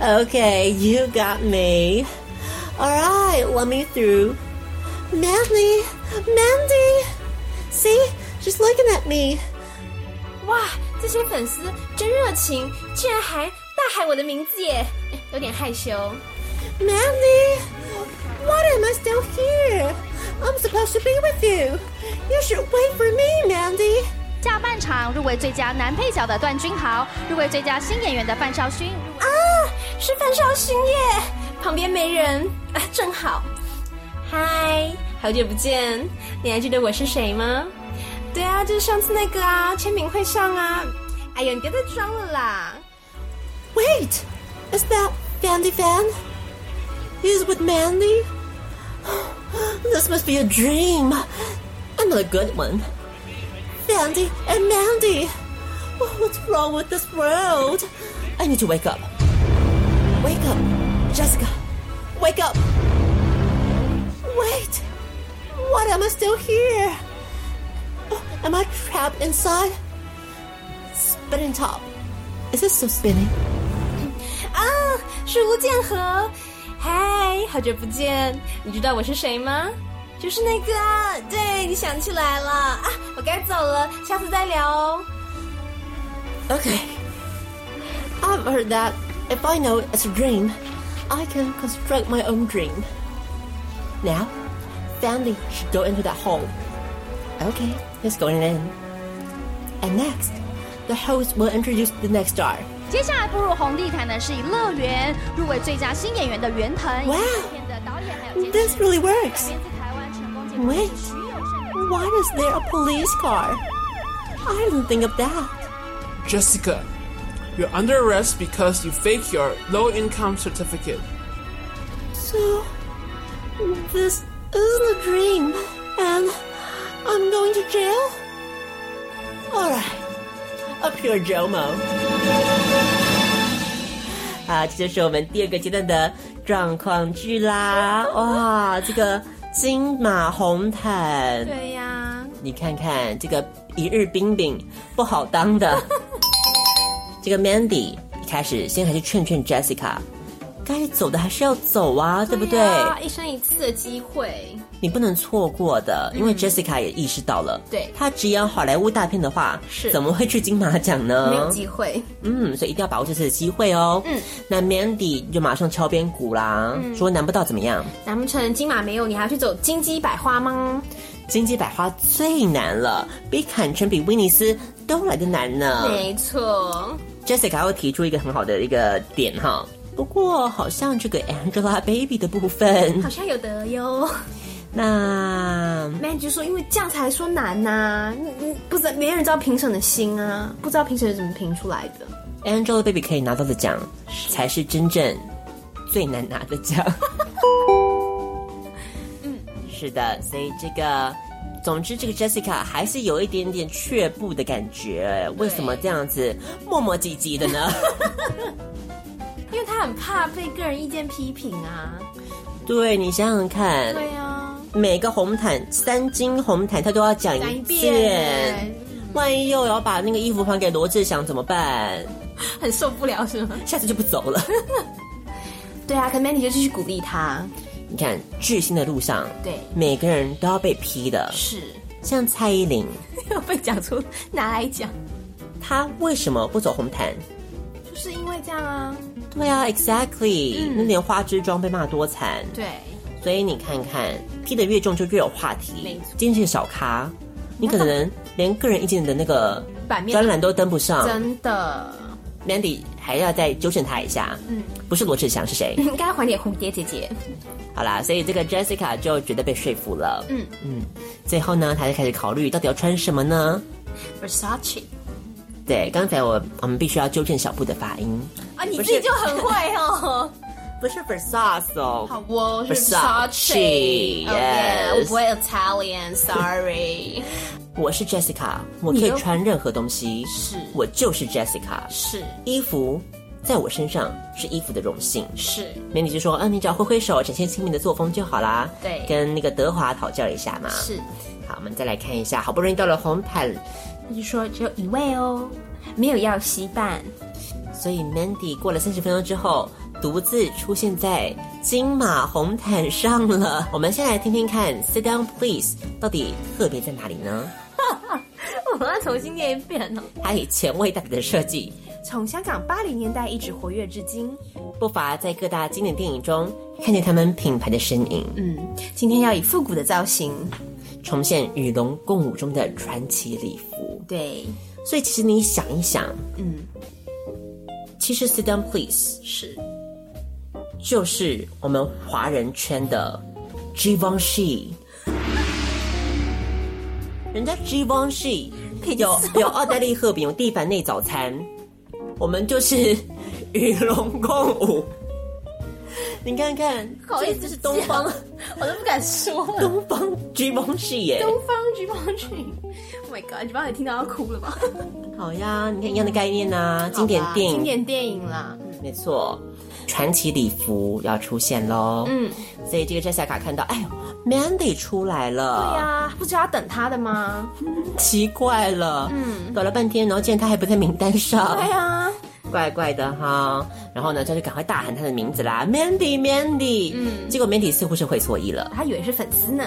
[SPEAKER 4] Okay, you got me. Alright, let me through. Mandy! Mandy! See? She's looking at me.
[SPEAKER 5] 哇，这些粉丝真热情，竟然还大喊我的名字耶，有点害羞。
[SPEAKER 4] Mandy! Why am I still here? I'm supposed to be with you. You should wait for me, Mandy.
[SPEAKER 9] 下半场入围最佳男配角的段君豪，入围最佳新演员的范少勋，
[SPEAKER 5] 啊，是范少勋耶，旁边没人啊，正好。嗨，好久不见，你还记得我是谁吗？对啊，就是上次那个啊，签名会上啊。哎呀，你别再装了啦。
[SPEAKER 4] Wait! Is that Vandy Van? He's with Mandy? This must be a dream. Another good one. Vandy and Mandy! Oh, What's wrong with this world? I need to wake up. Wake up, Jessica. Wake up! Wait! Why am I still here? Oh, am I trapped inside? Spinning top. Is this still spinning?
[SPEAKER 5] 啊，是吴建和。嗨，好久不见，你知道我是谁吗？就是那个啊，对你想起来了啊，我该走了，下次再聊哦。
[SPEAKER 4] Okay. I've heard that if I know it's a dream, I can construct my own dream. Now, Stanley should go into that hole. Okay, he's going in. And next, the host will introduce the next star.
[SPEAKER 9] 接下来步入红地毯的是以《乐园》入围最佳新演员的袁腾，以及
[SPEAKER 4] 哇
[SPEAKER 9] 影片的导演还有监制
[SPEAKER 4] This really
[SPEAKER 9] 改
[SPEAKER 4] works.
[SPEAKER 9] 编自台湾成功结婚
[SPEAKER 4] Wait.
[SPEAKER 9] 徐有胜的
[SPEAKER 4] Why is there a police car? I didn't think of that.
[SPEAKER 10] Jessica, you're under arrest because you faked your low income certificate.
[SPEAKER 4] So, this isn't a dream, and I'm going to jail? Alright, up your Jomo. 啊，这就是我们第二个阶段的状况剧啦！哇，这个金马红毯，
[SPEAKER 5] 对呀、
[SPEAKER 4] 你看看这个一日冰冰不好当 的。这个 Mandy 一开始先还是劝劝 Jessica，该走的还是要走啊，对不对？
[SPEAKER 5] 啊一生一次的机会，
[SPEAKER 4] 你不能错过的，因为 Jessica 也意识到了，
[SPEAKER 5] 嗯对
[SPEAKER 4] 她只演好莱坞大片的话，
[SPEAKER 5] 是
[SPEAKER 4] 怎么会去金马奖呢？
[SPEAKER 5] 没有机会。
[SPEAKER 4] 嗯，所以一定要把握这次的机会哦。嗯，那 Mandy 就马上敲边鼓啦，
[SPEAKER 5] 嗯
[SPEAKER 4] 说难不到怎么样？
[SPEAKER 5] 难不成金马没有，你还要去走金鸡百花吗？
[SPEAKER 4] 金鸡百花最难了，比坎城、比威尼斯都来的难呢。
[SPEAKER 5] 没错，
[SPEAKER 4] Jessica 会提出一个很好的一个点哈。不过，好像这个 Angelababy 的部
[SPEAKER 5] 好
[SPEAKER 4] 分，
[SPEAKER 5] 像有得哟。
[SPEAKER 4] 那
[SPEAKER 5] Maggie 就说，因为这样才说难呐、你你不知道没人知道评审的心啊，不知道评审是怎么评出来的。
[SPEAKER 4] Angelababy 可以拿到的奖，才是真正最难拿 的奖。嗯，是的，所以这个总之，这个 Jessica 还是有一点点却步的感觉。为什么这样子磨磨唧唧的 呢？
[SPEAKER 5] 因为他很怕被个人意见批评啊。
[SPEAKER 4] 对你想想看，
[SPEAKER 5] 对啊，
[SPEAKER 4] 每个红毯三金红毯他都要讲一
[SPEAKER 5] 讲一遍
[SPEAKER 4] 遍，万一又要把那个衣服还给罗志祥怎么办？
[SPEAKER 5] 很受不了是吗？
[SPEAKER 4] 下次就不走了。
[SPEAKER 5] 对啊，可 Mandy 就继续鼓励他。
[SPEAKER 4] 你看，巨星的路上，
[SPEAKER 5] 对，
[SPEAKER 4] 每个人都要被批的，
[SPEAKER 5] 是
[SPEAKER 4] 像蔡依林，
[SPEAKER 5] 要被讲出拿来讲，
[SPEAKER 4] 她为什么不走红毯？
[SPEAKER 5] 就是因为这样啊。
[SPEAKER 4] 对啊，exactly，、那
[SPEAKER 5] 嗯
[SPEAKER 4] 连花枝妆被骂多惨。
[SPEAKER 5] 对，
[SPEAKER 4] 所以你看看，批的越重就越有话题。
[SPEAKER 5] 没错
[SPEAKER 4] 今天是个小咖，你可能连个人意见的那个
[SPEAKER 5] 版面
[SPEAKER 4] 专栏都登不上
[SPEAKER 5] 真的，
[SPEAKER 4] ，Mandy 还要再纠正他一下。
[SPEAKER 5] 嗯，
[SPEAKER 4] 不是罗志祥是谁？
[SPEAKER 5] 应该还给蝴蝶姐姐。
[SPEAKER 4] 好啦，所以这个 Jessica 就觉得被说服了。
[SPEAKER 5] 嗯
[SPEAKER 4] 嗯，最后呢，她就开始考虑到底要穿什么呢？
[SPEAKER 5] Versace
[SPEAKER 4] 对，刚才我我们必须要纠正小布的发音，
[SPEAKER 5] 啊，你
[SPEAKER 4] 不
[SPEAKER 5] 自
[SPEAKER 4] 是
[SPEAKER 5] 己就很会 哦。
[SPEAKER 4] 不是 Versace 哦。
[SPEAKER 5] 好哦，是
[SPEAKER 4] Versace，
[SPEAKER 5] Versace。Oh, yeah，
[SPEAKER 4] yes
[SPEAKER 5] 我不会 Italian，sorry。
[SPEAKER 4] 我是 Jessica，我可
[SPEAKER 5] 你
[SPEAKER 4] 以
[SPEAKER 5] 又
[SPEAKER 4] 穿任何东西，
[SPEAKER 5] 是
[SPEAKER 4] 我就是 Jessica。
[SPEAKER 5] 是
[SPEAKER 4] 衣服在我身上是衣服的荣幸。
[SPEAKER 5] 是，
[SPEAKER 4] 美女就说：“嗯、你只要挥挥手，展现亲民的作风就好啦。”
[SPEAKER 5] 对
[SPEAKER 4] 跟那个德华讨教一下嘛。
[SPEAKER 5] 是。
[SPEAKER 4] 好，我们再来看一下，好不容易到了红毯，
[SPEAKER 5] 他就说只有一位哦，没有要稀饭。
[SPEAKER 4] 所以 Mandy 过了三十分钟之后，独自出现在金马红毯上了。我们先来听听看，Sit down please，到底特别在哪里呢？
[SPEAKER 5] 我们要重新念一遍哦。
[SPEAKER 4] 它以前卫代表的设计，
[SPEAKER 5] 从香港八零年代一直活跃至今。
[SPEAKER 4] 不乏在各大经典电影中看见他们品牌的身影，
[SPEAKER 5] 嗯，今天要以复古的造型，
[SPEAKER 4] 重现与龙共舞中的传奇礼服。
[SPEAKER 5] 对，
[SPEAKER 4] 所以其实你想一想，
[SPEAKER 5] 嗯，
[SPEAKER 4] 其实 Sit down please
[SPEAKER 5] 是
[SPEAKER 4] 就是我们华人圈的 Givenchy。人家 Givenchy 有有奥黛丽·赫本，有蒂凡内早餐，我们就是与龙共舞。你看看，
[SPEAKER 5] 好意思
[SPEAKER 4] 这是东方
[SPEAKER 5] 我都不敢说了。
[SPEAKER 4] 东方 Givenchy 耶。
[SPEAKER 5] 东方橘方橘，Oh my god！橘方也听到要哭了吧？
[SPEAKER 4] 好呀，你看一样的概念啊，经典电
[SPEAKER 5] 经
[SPEAKER 4] 影
[SPEAKER 5] 典电影啦，
[SPEAKER 4] 没错，传奇礼服要出现喽。嗯，所以这个 Jessica 看到，哎呦，Mandy 出来了，
[SPEAKER 5] 对呀、啊不知道要等他的吗？
[SPEAKER 4] 奇怪了，嗯，搞了半天，然后竟然他还不在名单上，
[SPEAKER 5] 对啊，
[SPEAKER 4] 怪怪的哈。然后呢，他就赶快大喊他的名字啦，Mandy，Mandy，嗯，结果 Mandy 似乎是会错意了，
[SPEAKER 5] 他以为是粉丝呢。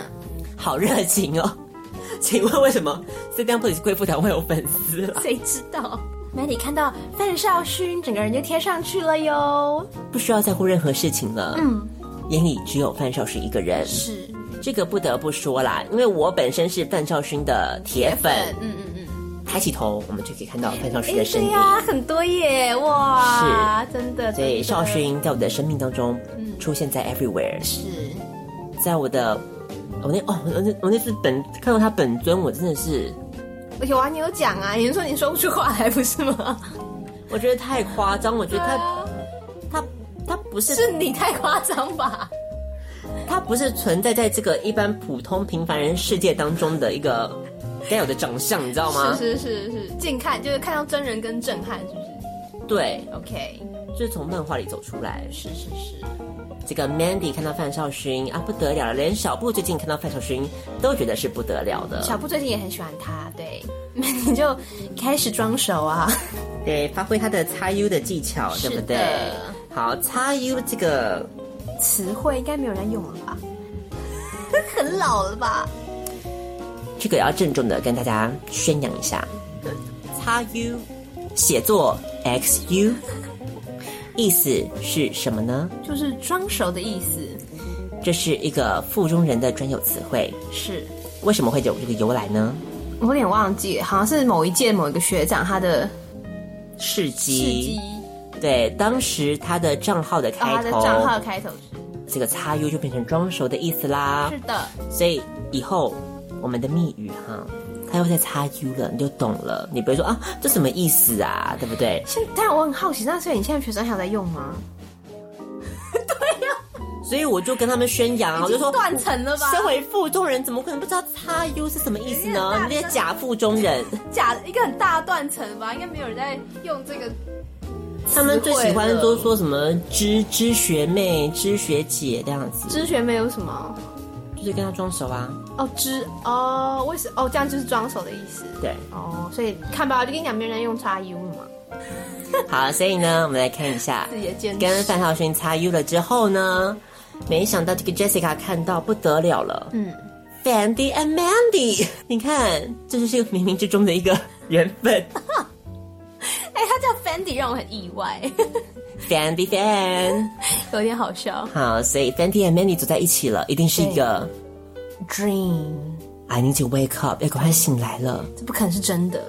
[SPEAKER 4] 好热情哦。 请问为什么 Sit Down Please 贵妇团会有粉丝了？
[SPEAKER 5] 谁知道？Mandy 看到范少勋，整个人就贴上去了哟。
[SPEAKER 4] 不需要在乎任何事情了，嗯，眼里只有范少勋一个人，
[SPEAKER 5] 是
[SPEAKER 4] 这个不得不说啦，因为我本身是范少勋的铁粉，
[SPEAKER 5] 嗯嗯嗯，
[SPEAKER 4] 抬起头我们就可以看到范少勋
[SPEAKER 5] 哎
[SPEAKER 4] 的身
[SPEAKER 5] 对
[SPEAKER 4] 影。
[SPEAKER 5] 呀、很多耶，哇，真的，
[SPEAKER 4] 所以
[SPEAKER 5] 真的
[SPEAKER 4] 少勋在我的生命当中出现在 everywhere，、
[SPEAKER 5] 嗯是
[SPEAKER 4] 在我的我那哦我那我那次本看到他本尊，我真的是
[SPEAKER 5] 有啊，你有讲啊，你说你说不出话来不是吗？
[SPEAKER 4] 我觉得太夸张，我觉得他、他他不是
[SPEAKER 5] 啊是 你太夸张吧？
[SPEAKER 4] 他不是存在在这个一般普通平凡人世界当中的一个该有的长相，你知道吗？
[SPEAKER 5] 是是是是，近看就是看到真人跟震撼，是不嗯是
[SPEAKER 4] 对，
[SPEAKER 5] ？OK，
[SPEAKER 4] 就是从漫画里走出来，
[SPEAKER 5] 是是是，
[SPEAKER 4] 这个 Mandy 看到范少勋啊，不得了了！连小布最近看到范少勋都觉得是不得了的。
[SPEAKER 5] 小布最近也很喜欢他，对，你就开始装熟啊，
[SPEAKER 4] 对，发挥他的擦 U 的技巧，对不对
[SPEAKER 5] 是的？
[SPEAKER 4] 好，擦 U 这个
[SPEAKER 5] 词汇应该没有人用了吧？ 很老了吧？
[SPEAKER 4] 这个也要郑重的跟大家宣扬一下，
[SPEAKER 5] 嗯
[SPEAKER 4] 擦 U 写作 XU，意思是什么呢？
[SPEAKER 5] 就是装熟的意思，
[SPEAKER 4] 这是一个腹中人的专有词汇，
[SPEAKER 5] 是
[SPEAKER 4] 为什么会有这个由来呢？
[SPEAKER 5] 我有点忘记，好像是某一届某一个学长他的
[SPEAKER 4] 事迹，
[SPEAKER 5] 事迹，
[SPEAKER 4] 对，当时他的账号的
[SPEAKER 5] 哦他
[SPEAKER 4] 开
[SPEAKER 5] 的
[SPEAKER 4] 头，
[SPEAKER 5] 账号的开头是
[SPEAKER 4] 这个擦 U 就变成装熟的意思啦。
[SPEAKER 5] 是的，
[SPEAKER 4] 所以以后我们的密语哈，它又在叉 U 了，你就懂了。你不会说啊，这什么意思啊，对不对？
[SPEAKER 5] 现但我很好奇，那所以你现在学生还有在用吗？
[SPEAKER 4] 所以我就跟他们宣扬啊，我就说
[SPEAKER 5] 断层了吧
[SPEAKER 4] 身为腹中人，怎么可能不知道叉 U 是什么意思
[SPEAKER 5] 啊
[SPEAKER 4] 呢？你这些假腹中人，
[SPEAKER 5] 假的一个很大的断层吧，应该没有人在用这个。
[SPEAKER 4] 他们最喜欢都说什么知知学妹、知学姐这样子，
[SPEAKER 5] 知学妹有什么？
[SPEAKER 4] 就是跟他装熟啊。
[SPEAKER 5] 哦，知哦，为什哦这样就是装熟的意思。
[SPEAKER 4] 对，
[SPEAKER 5] 哦，所以看吧，就跟你讲，没人在用叉 U 嘛。
[SPEAKER 4] 好，所以呢，我们来看一下
[SPEAKER 5] 自己的坚持
[SPEAKER 4] 跟范少勋擦 U 了之后呢，没想到这个 Jessica 看到不得了了，
[SPEAKER 5] 嗯
[SPEAKER 4] ，Fandy and Mandy，你看，这就是冥冥之中的一个缘分
[SPEAKER 5] 哎、他叫 Fendi 让我很意外，
[SPEAKER 4] ，Fandy Fan。
[SPEAKER 5] 有点好笑。
[SPEAKER 4] 好，所以 Fandy and Mandy 走在一起了，一定是一个啊
[SPEAKER 5] Dream，
[SPEAKER 4] I need to wake up，要赶哎快醒来了，
[SPEAKER 5] 这不可能是真的。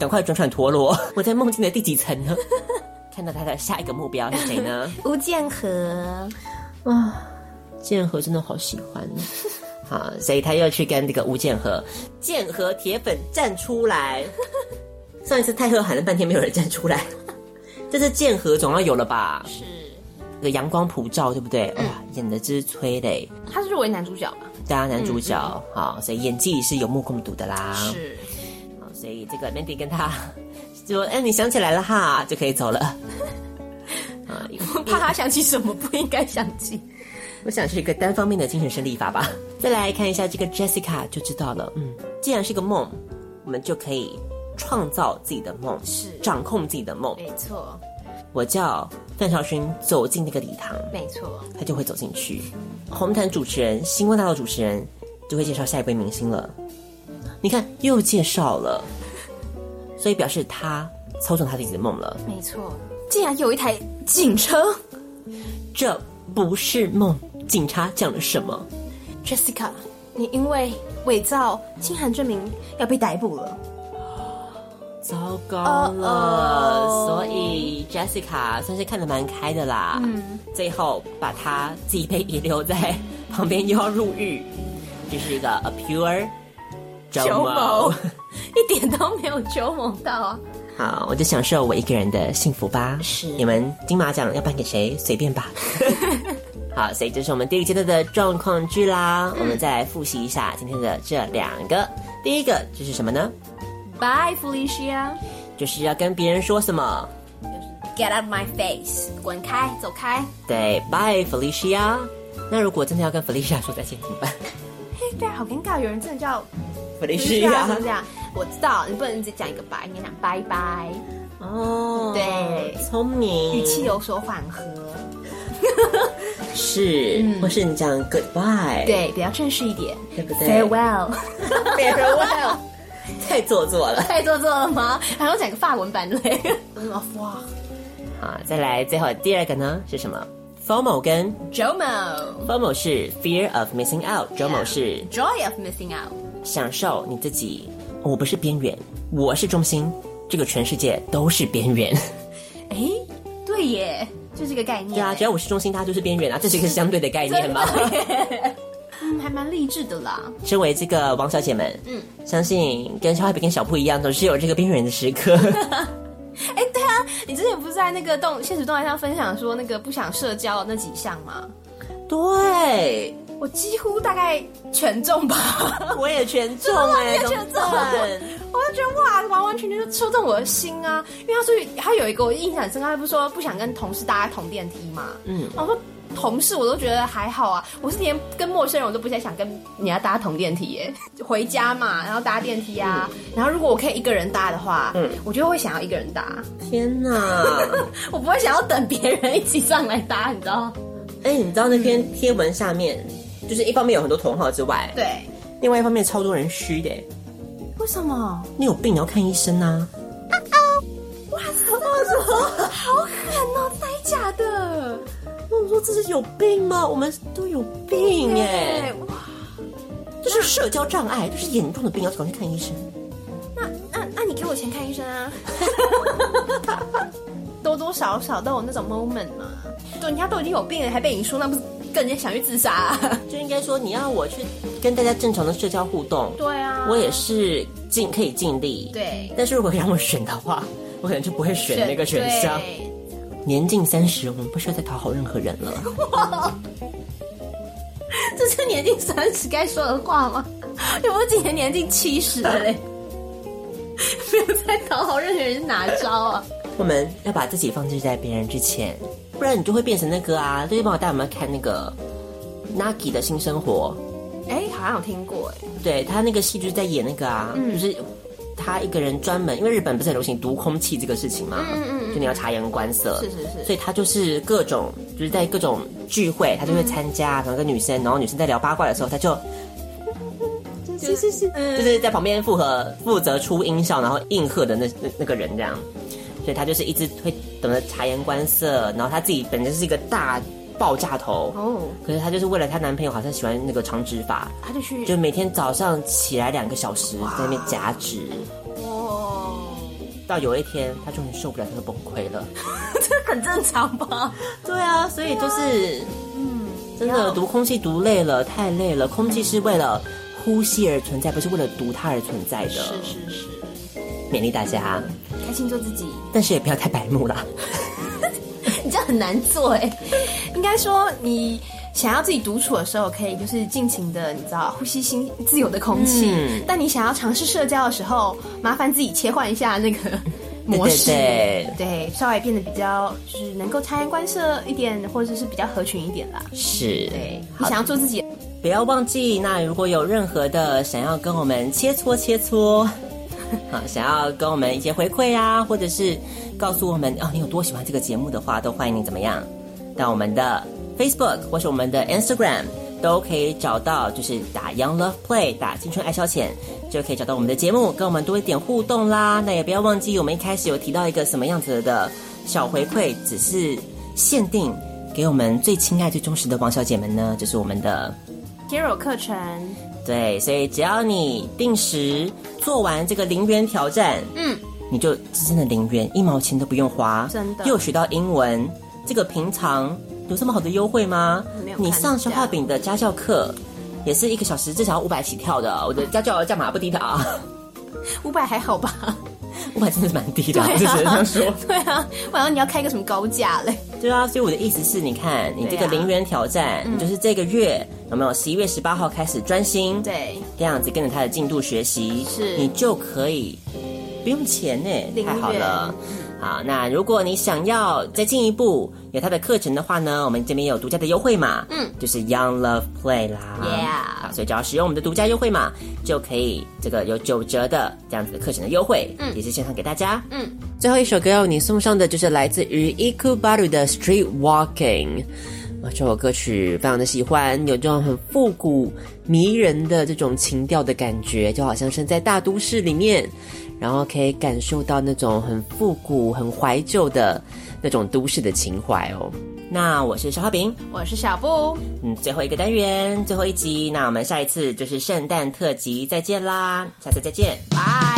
[SPEAKER 4] 赶快转转陀螺， 我在梦境的第几层呢？ 看到他的下一个目标是谁 呢？
[SPEAKER 5] 吴建和，
[SPEAKER 4] 建和真的好喜欢。好，所以他又去跟这个吴建和，建和铁粉站出 来。上一次太和喊了半天没有人站出来，这次建和总要有了吧？是，这个阳光普照，对不对？哇、
[SPEAKER 5] 嗯
[SPEAKER 4] 演的真是催泪，
[SPEAKER 5] 他是入围男主角啊吧？
[SPEAKER 4] 当然男主角，好，所以演技是有目共睹的啦。
[SPEAKER 5] 嗯是，
[SPEAKER 4] 好，所以这个 Mandy 跟他 就说：“哎，你想起来了哈，就可以走了。” 啊，
[SPEAKER 5] 我怕他想起什么不应该想起。
[SPEAKER 4] 我想是一个单方面的精神胜利法吧。再来看一下这个 Jessica 就知道了，嗯，既然是个梦，我们就可以创造自己的梦，
[SPEAKER 5] 是
[SPEAKER 4] 掌控自己的梦。
[SPEAKER 5] 没错，
[SPEAKER 4] 我叫范少勋走进那个礼堂，
[SPEAKER 5] 没错，
[SPEAKER 4] 他就会走进去。红毯主持人、星光大道主持人就会介绍下一位明星了。你看，又介绍了，所以表示他操纵他自己的梦了。
[SPEAKER 5] 没错。竟然有一台警车
[SPEAKER 4] 这不是梦，警察讲了什么？
[SPEAKER 5] ，Jessica，你因为伪造清函证明要被逮捕了。
[SPEAKER 4] 糟糕了所以 Jessica 算是看得蛮开的啦。嗯，最后把她自己被遗留在 旁边又要入狱，这是一个 a pure
[SPEAKER 5] 九
[SPEAKER 4] 周
[SPEAKER 5] 谋
[SPEAKER 4] 某。，
[SPEAKER 5] 一点都没有九谋到啊！
[SPEAKER 4] 好，我就享受我一个人的幸福吧。
[SPEAKER 5] 是
[SPEAKER 4] 你们金马奖要颁给谁？随便 吧。好，所以这是我们第一个阶段的状况剧啦。我们再来复习一下今天的这两个。第一个就是什么呢？
[SPEAKER 5] Bye Felicia，
[SPEAKER 4] 就是要跟别人说什么？
[SPEAKER 5] Get out of my face！滚开，走开！
[SPEAKER 4] 对，Bye Felicia。那如果真的要跟 Felicia 说再见怎么 办
[SPEAKER 5] 嘿，对啊，好尴尬，有人真的叫怎么
[SPEAKER 4] ？Felicia，
[SPEAKER 5] 讲？啊我知道，你不能只讲一个拜，你讲拜拜，
[SPEAKER 4] 哦，
[SPEAKER 5] 对
[SPEAKER 4] 聪明，
[SPEAKER 3] 嗯
[SPEAKER 5] 语气有所缓和，
[SPEAKER 3] 哎
[SPEAKER 4] 是，或是你讲 Goodbye，，
[SPEAKER 5] 嗯对，比较正式一点。
[SPEAKER 4] 对不
[SPEAKER 3] 哎
[SPEAKER 4] 对
[SPEAKER 5] Farewell，
[SPEAKER 4] Farewell 太做作了。
[SPEAKER 5] 太做作了吗？还要讲个法文版的嘞？哇
[SPEAKER 4] 好，再来最后第二个呢是什么？FOMO 跟
[SPEAKER 5] ，Jomo。
[SPEAKER 4] FOMO 是 Fear of Missing Out，JOMO 是
[SPEAKER 5] Joy of missing out，
[SPEAKER 4] 享受你自己。我不是边缘，我是中心，这个全世界都是边缘。
[SPEAKER 5] 哎，对耶，就这个概念。
[SPEAKER 4] 对啊，只要我是中心，大家就是边缘啊，这是一个相对的概念嘛。
[SPEAKER 5] 嗯，还蛮励志的啦。
[SPEAKER 4] 身为这个王小姐们，
[SPEAKER 5] 嗯
[SPEAKER 4] 嗯，相信跟小海比跟小布一样，总是有这个边缘的时刻。
[SPEAKER 5] 哎，对啊，你之前不是在那个动现实动态上分享说那个不想社交那几项吗？
[SPEAKER 4] 对，
[SPEAKER 5] 我几乎大概全中吧，
[SPEAKER 4] 我也全中
[SPEAKER 5] 你
[SPEAKER 4] 哎、
[SPEAKER 5] 也
[SPEAKER 4] 怎
[SPEAKER 5] 全
[SPEAKER 4] 么
[SPEAKER 5] 中
[SPEAKER 4] 办？
[SPEAKER 5] 我就觉得哇，完完全全就戳中我的心啊！因为他说他有一个我印象很深刻，他不是说不想跟同事搭同电梯嘛？
[SPEAKER 4] 嗯，
[SPEAKER 5] 我说同事我都觉得还好啊，我是连跟陌生人我都不太想跟人家搭同电梯耶。 回家嘛，然后搭电梯啊，然后如果我可以一个人搭的话，嗯，我就会想要一个人搭，
[SPEAKER 4] 天哪！
[SPEAKER 5] 我不会想要等别人一起上来搭，你知道？
[SPEAKER 4] 哎、你知道那篇贴文下面，就是一方面有很多同好之外，
[SPEAKER 5] 嗯对，
[SPEAKER 4] 另外一方面超多人虚的、
[SPEAKER 5] 为什么？
[SPEAKER 4] 你有病你要看医生啊！
[SPEAKER 5] 好狠哦，塞假的，
[SPEAKER 4] 那我说这是有病吗？我们都有病哎、
[SPEAKER 5] 对哇。
[SPEAKER 4] 这是社交障碍，这是严重的病，要赶快去看医生。
[SPEAKER 5] 那那你给我钱看医生啊？多多少少都有那种 moment 嘛。对，人家都已经有病了，还被你说，那不是更加想去自杀、啊？
[SPEAKER 4] 就应该说你要我去跟大家正常的社交互动，
[SPEAKER 5] 对啊
[SPEAKER 4] 我也是尽可以尽力。，
[SPEAKER 5] 对，
[SPEAKER 4] 但是如果让我选的话，我可能就不会选那个选项。
[SPEAKER 5] 对
[SPEAKER 4] 年近三十，我们不需要再讨好任何人了。
[SPEAKER 5] 这是年近三十该说的话吗？有没有今年年近七十的嘞？ 没有在讨好任何人是哪招啊？
[SPEAKER 4] 我们要把自己放置在别人之前，不然你就会变成那个啊。最近帮我带我们看那个 Nagi 的新生活，
[SPEAKER 5] 哎、好像有听过哎、
[SPEAKER 4] 对他那个戏就是在演那个啊，
[SPEAKER 5] 嗯
[SPEAKER 4] 就是他一个人专门，因为日本不是很流行毒空气这个事情嘛，
[SPEAKER 5] 嗯嗯嗯
[SPEAKER 4] 就你要察言观色，
[SPEAKER 5] 是是是
[SPEAKER 4] 所以他就是各种就是在各种聚会，他就会参
[SPEAKER 5] 嗯
[SPEAKER 4] 加，然后跟女生，然后女生在聊八卦的时候，他就。
[SPEAKER 3] 是是是，
[SPEAKER 4] 就是在旁边负责负责出音效，然后应和的那那那个人这样，所以他就是一直会懂得察言观色，然后他自己本身是一个大爆炸头，
[SPEAKER 5] 哦，
[SPEAKER 4] 可是她就是为了她男朋友好像喜欢那个长直发，
[SPEAKER 5] 他就去
[SPEAKER 4] 就每天早上起来两个小时在那边夹直，
[SPEAKER 5] 哦，
[SPEAKER 4] 到有一天她终于受不了，她就崩溃了。
[SPEAKER 5] 这很正常吧？
[SPEAKER 4] 对啊，所以就是，嗯，真的读空气读累了，太累了。空气是为了呼吸而存在，不是为了读它而存在的。
[SPEAKER 5] 是是是，
[SPEAKER 4] 勉励大家，
[SPEAKER 5] 开心做自己，
[SPEAKER 4] 但是也不要太白目啦。
[SPEAKER 5] 你这样很难做哎、 应该说你想要自己独处的时候，可以就是尽情的，你知道，呼吸新自由的空气。
[SPEAKER 4] 嗯
[SPEAKER 5] 但你想要尝试社交的时候，麻烦自己切换一下那个模式，
[SPEAKER 4] 对
[SPEAKER 5] 对稍微变得比较就是能够察言观色一点，或者是比较合群一点啦。
[SPEAKER 4] 是，
[SPEAKER 5] 对，你想要做自己，
[SPEAKER 4] 不要忘记，那如果有任何的想要跟我们切磋切磋， 啊，想要跟我们一些回馈啊，或者是告诉我们哦你有多喜欢这个节目的话，都欢迎你怎么样到我们的 Facebook 或是我们的 Instagram 都可以找到，就是打 Young Love Play 打青春爱消遣就可以找到我们的节目，跟我们多一点互动啦。那也不要忘记，我们一开始有提到一个什么样子的小回馈，只是限定给我们最亲爱最忠实的王小姐们呢，就是我们的。
[SPEAKER 5] Hero 课程，
[SPEAKER 4] 对，所以只要你定时做完这个零元挑战，
[SPEAKER 5] 嗯，
[SPEAKER 4] 你就真的零元，一毛钱都不用花，
[SPEAKER 5] 真的
[SPEAKER 4] 又学到英文，这个平常有这么好的优惠吗
[SPEAKER 5] 没有？看
[SPEAKER 4] 你上消化饼的家教课。也是一个小时至少五百起跳的，我的家教价码不低的啊，
[SPEAKER 5] 五百还好吧？
[SPEAKER 4] 五百真的是蛮低的、
[SPEAKER 5] 对
[SPEAKER 4] 我就只能这
[SPEAKER 5] 啊
[SPEAKER 4] 样 说。，
[SPEAKER 5] 对啊，晚上你要开个什么高价嘞？
[SPEAKER 4] 对啊，所以我的意思是，你看你这
[SPEAKER 5] 对
[SPEAKER 4] 个
[SPEAKER 5] 啊嗯
[SPEAKER 4] 零元挑战，你就是这个月有没有十一月十八号开始专心，
[SPEAKER 5] 对，啊
[SPEAKER 4] 这样子跟着他的进度学习，
[SPEAKER 5] 是
[SPEAKER 4] 你就可以不用钱呢，
[SPEAKER 5] 零元
[SPEAKER 4] 太好了。
[SPEAKER 5] 嗯
[SPEAKER 4] 好，那如果你想要再进一步有他的课程的话呢，我们这边有独家的优惠码，
[SPEAKER 5] 嗯，
[SPEAKER 4] 就是 Young Love Play 啦
[SPEAKER 5] Yeah
[SPEAKER 4] 好，所以只要使用我们的独家优惠码，就可以这个有九折的这样子的课程的优惠，嗯，也是献上给大家，
[SPEAKER 5] 嗯。
[SPEAKER 4] 最后一首歌要为你送上的就是来自于 Ikubaru 的 Street Walking。啊，这首歌曲非常的喜欢，有这种很复古、迷人的这种情调的感觉，就好像身在大都市里面，然后可以感受到那种很复古、很怀旧的那种都市的情怀哦。那我是小花饼，
[SPEAKER 5] 我是小布，
[SPEAKER 4] 嗯，最后一个单元，最后一集，那我们下一次就是圣诞特辑再见啦，下次再见，拜。
[SPEAKER 5] 拜。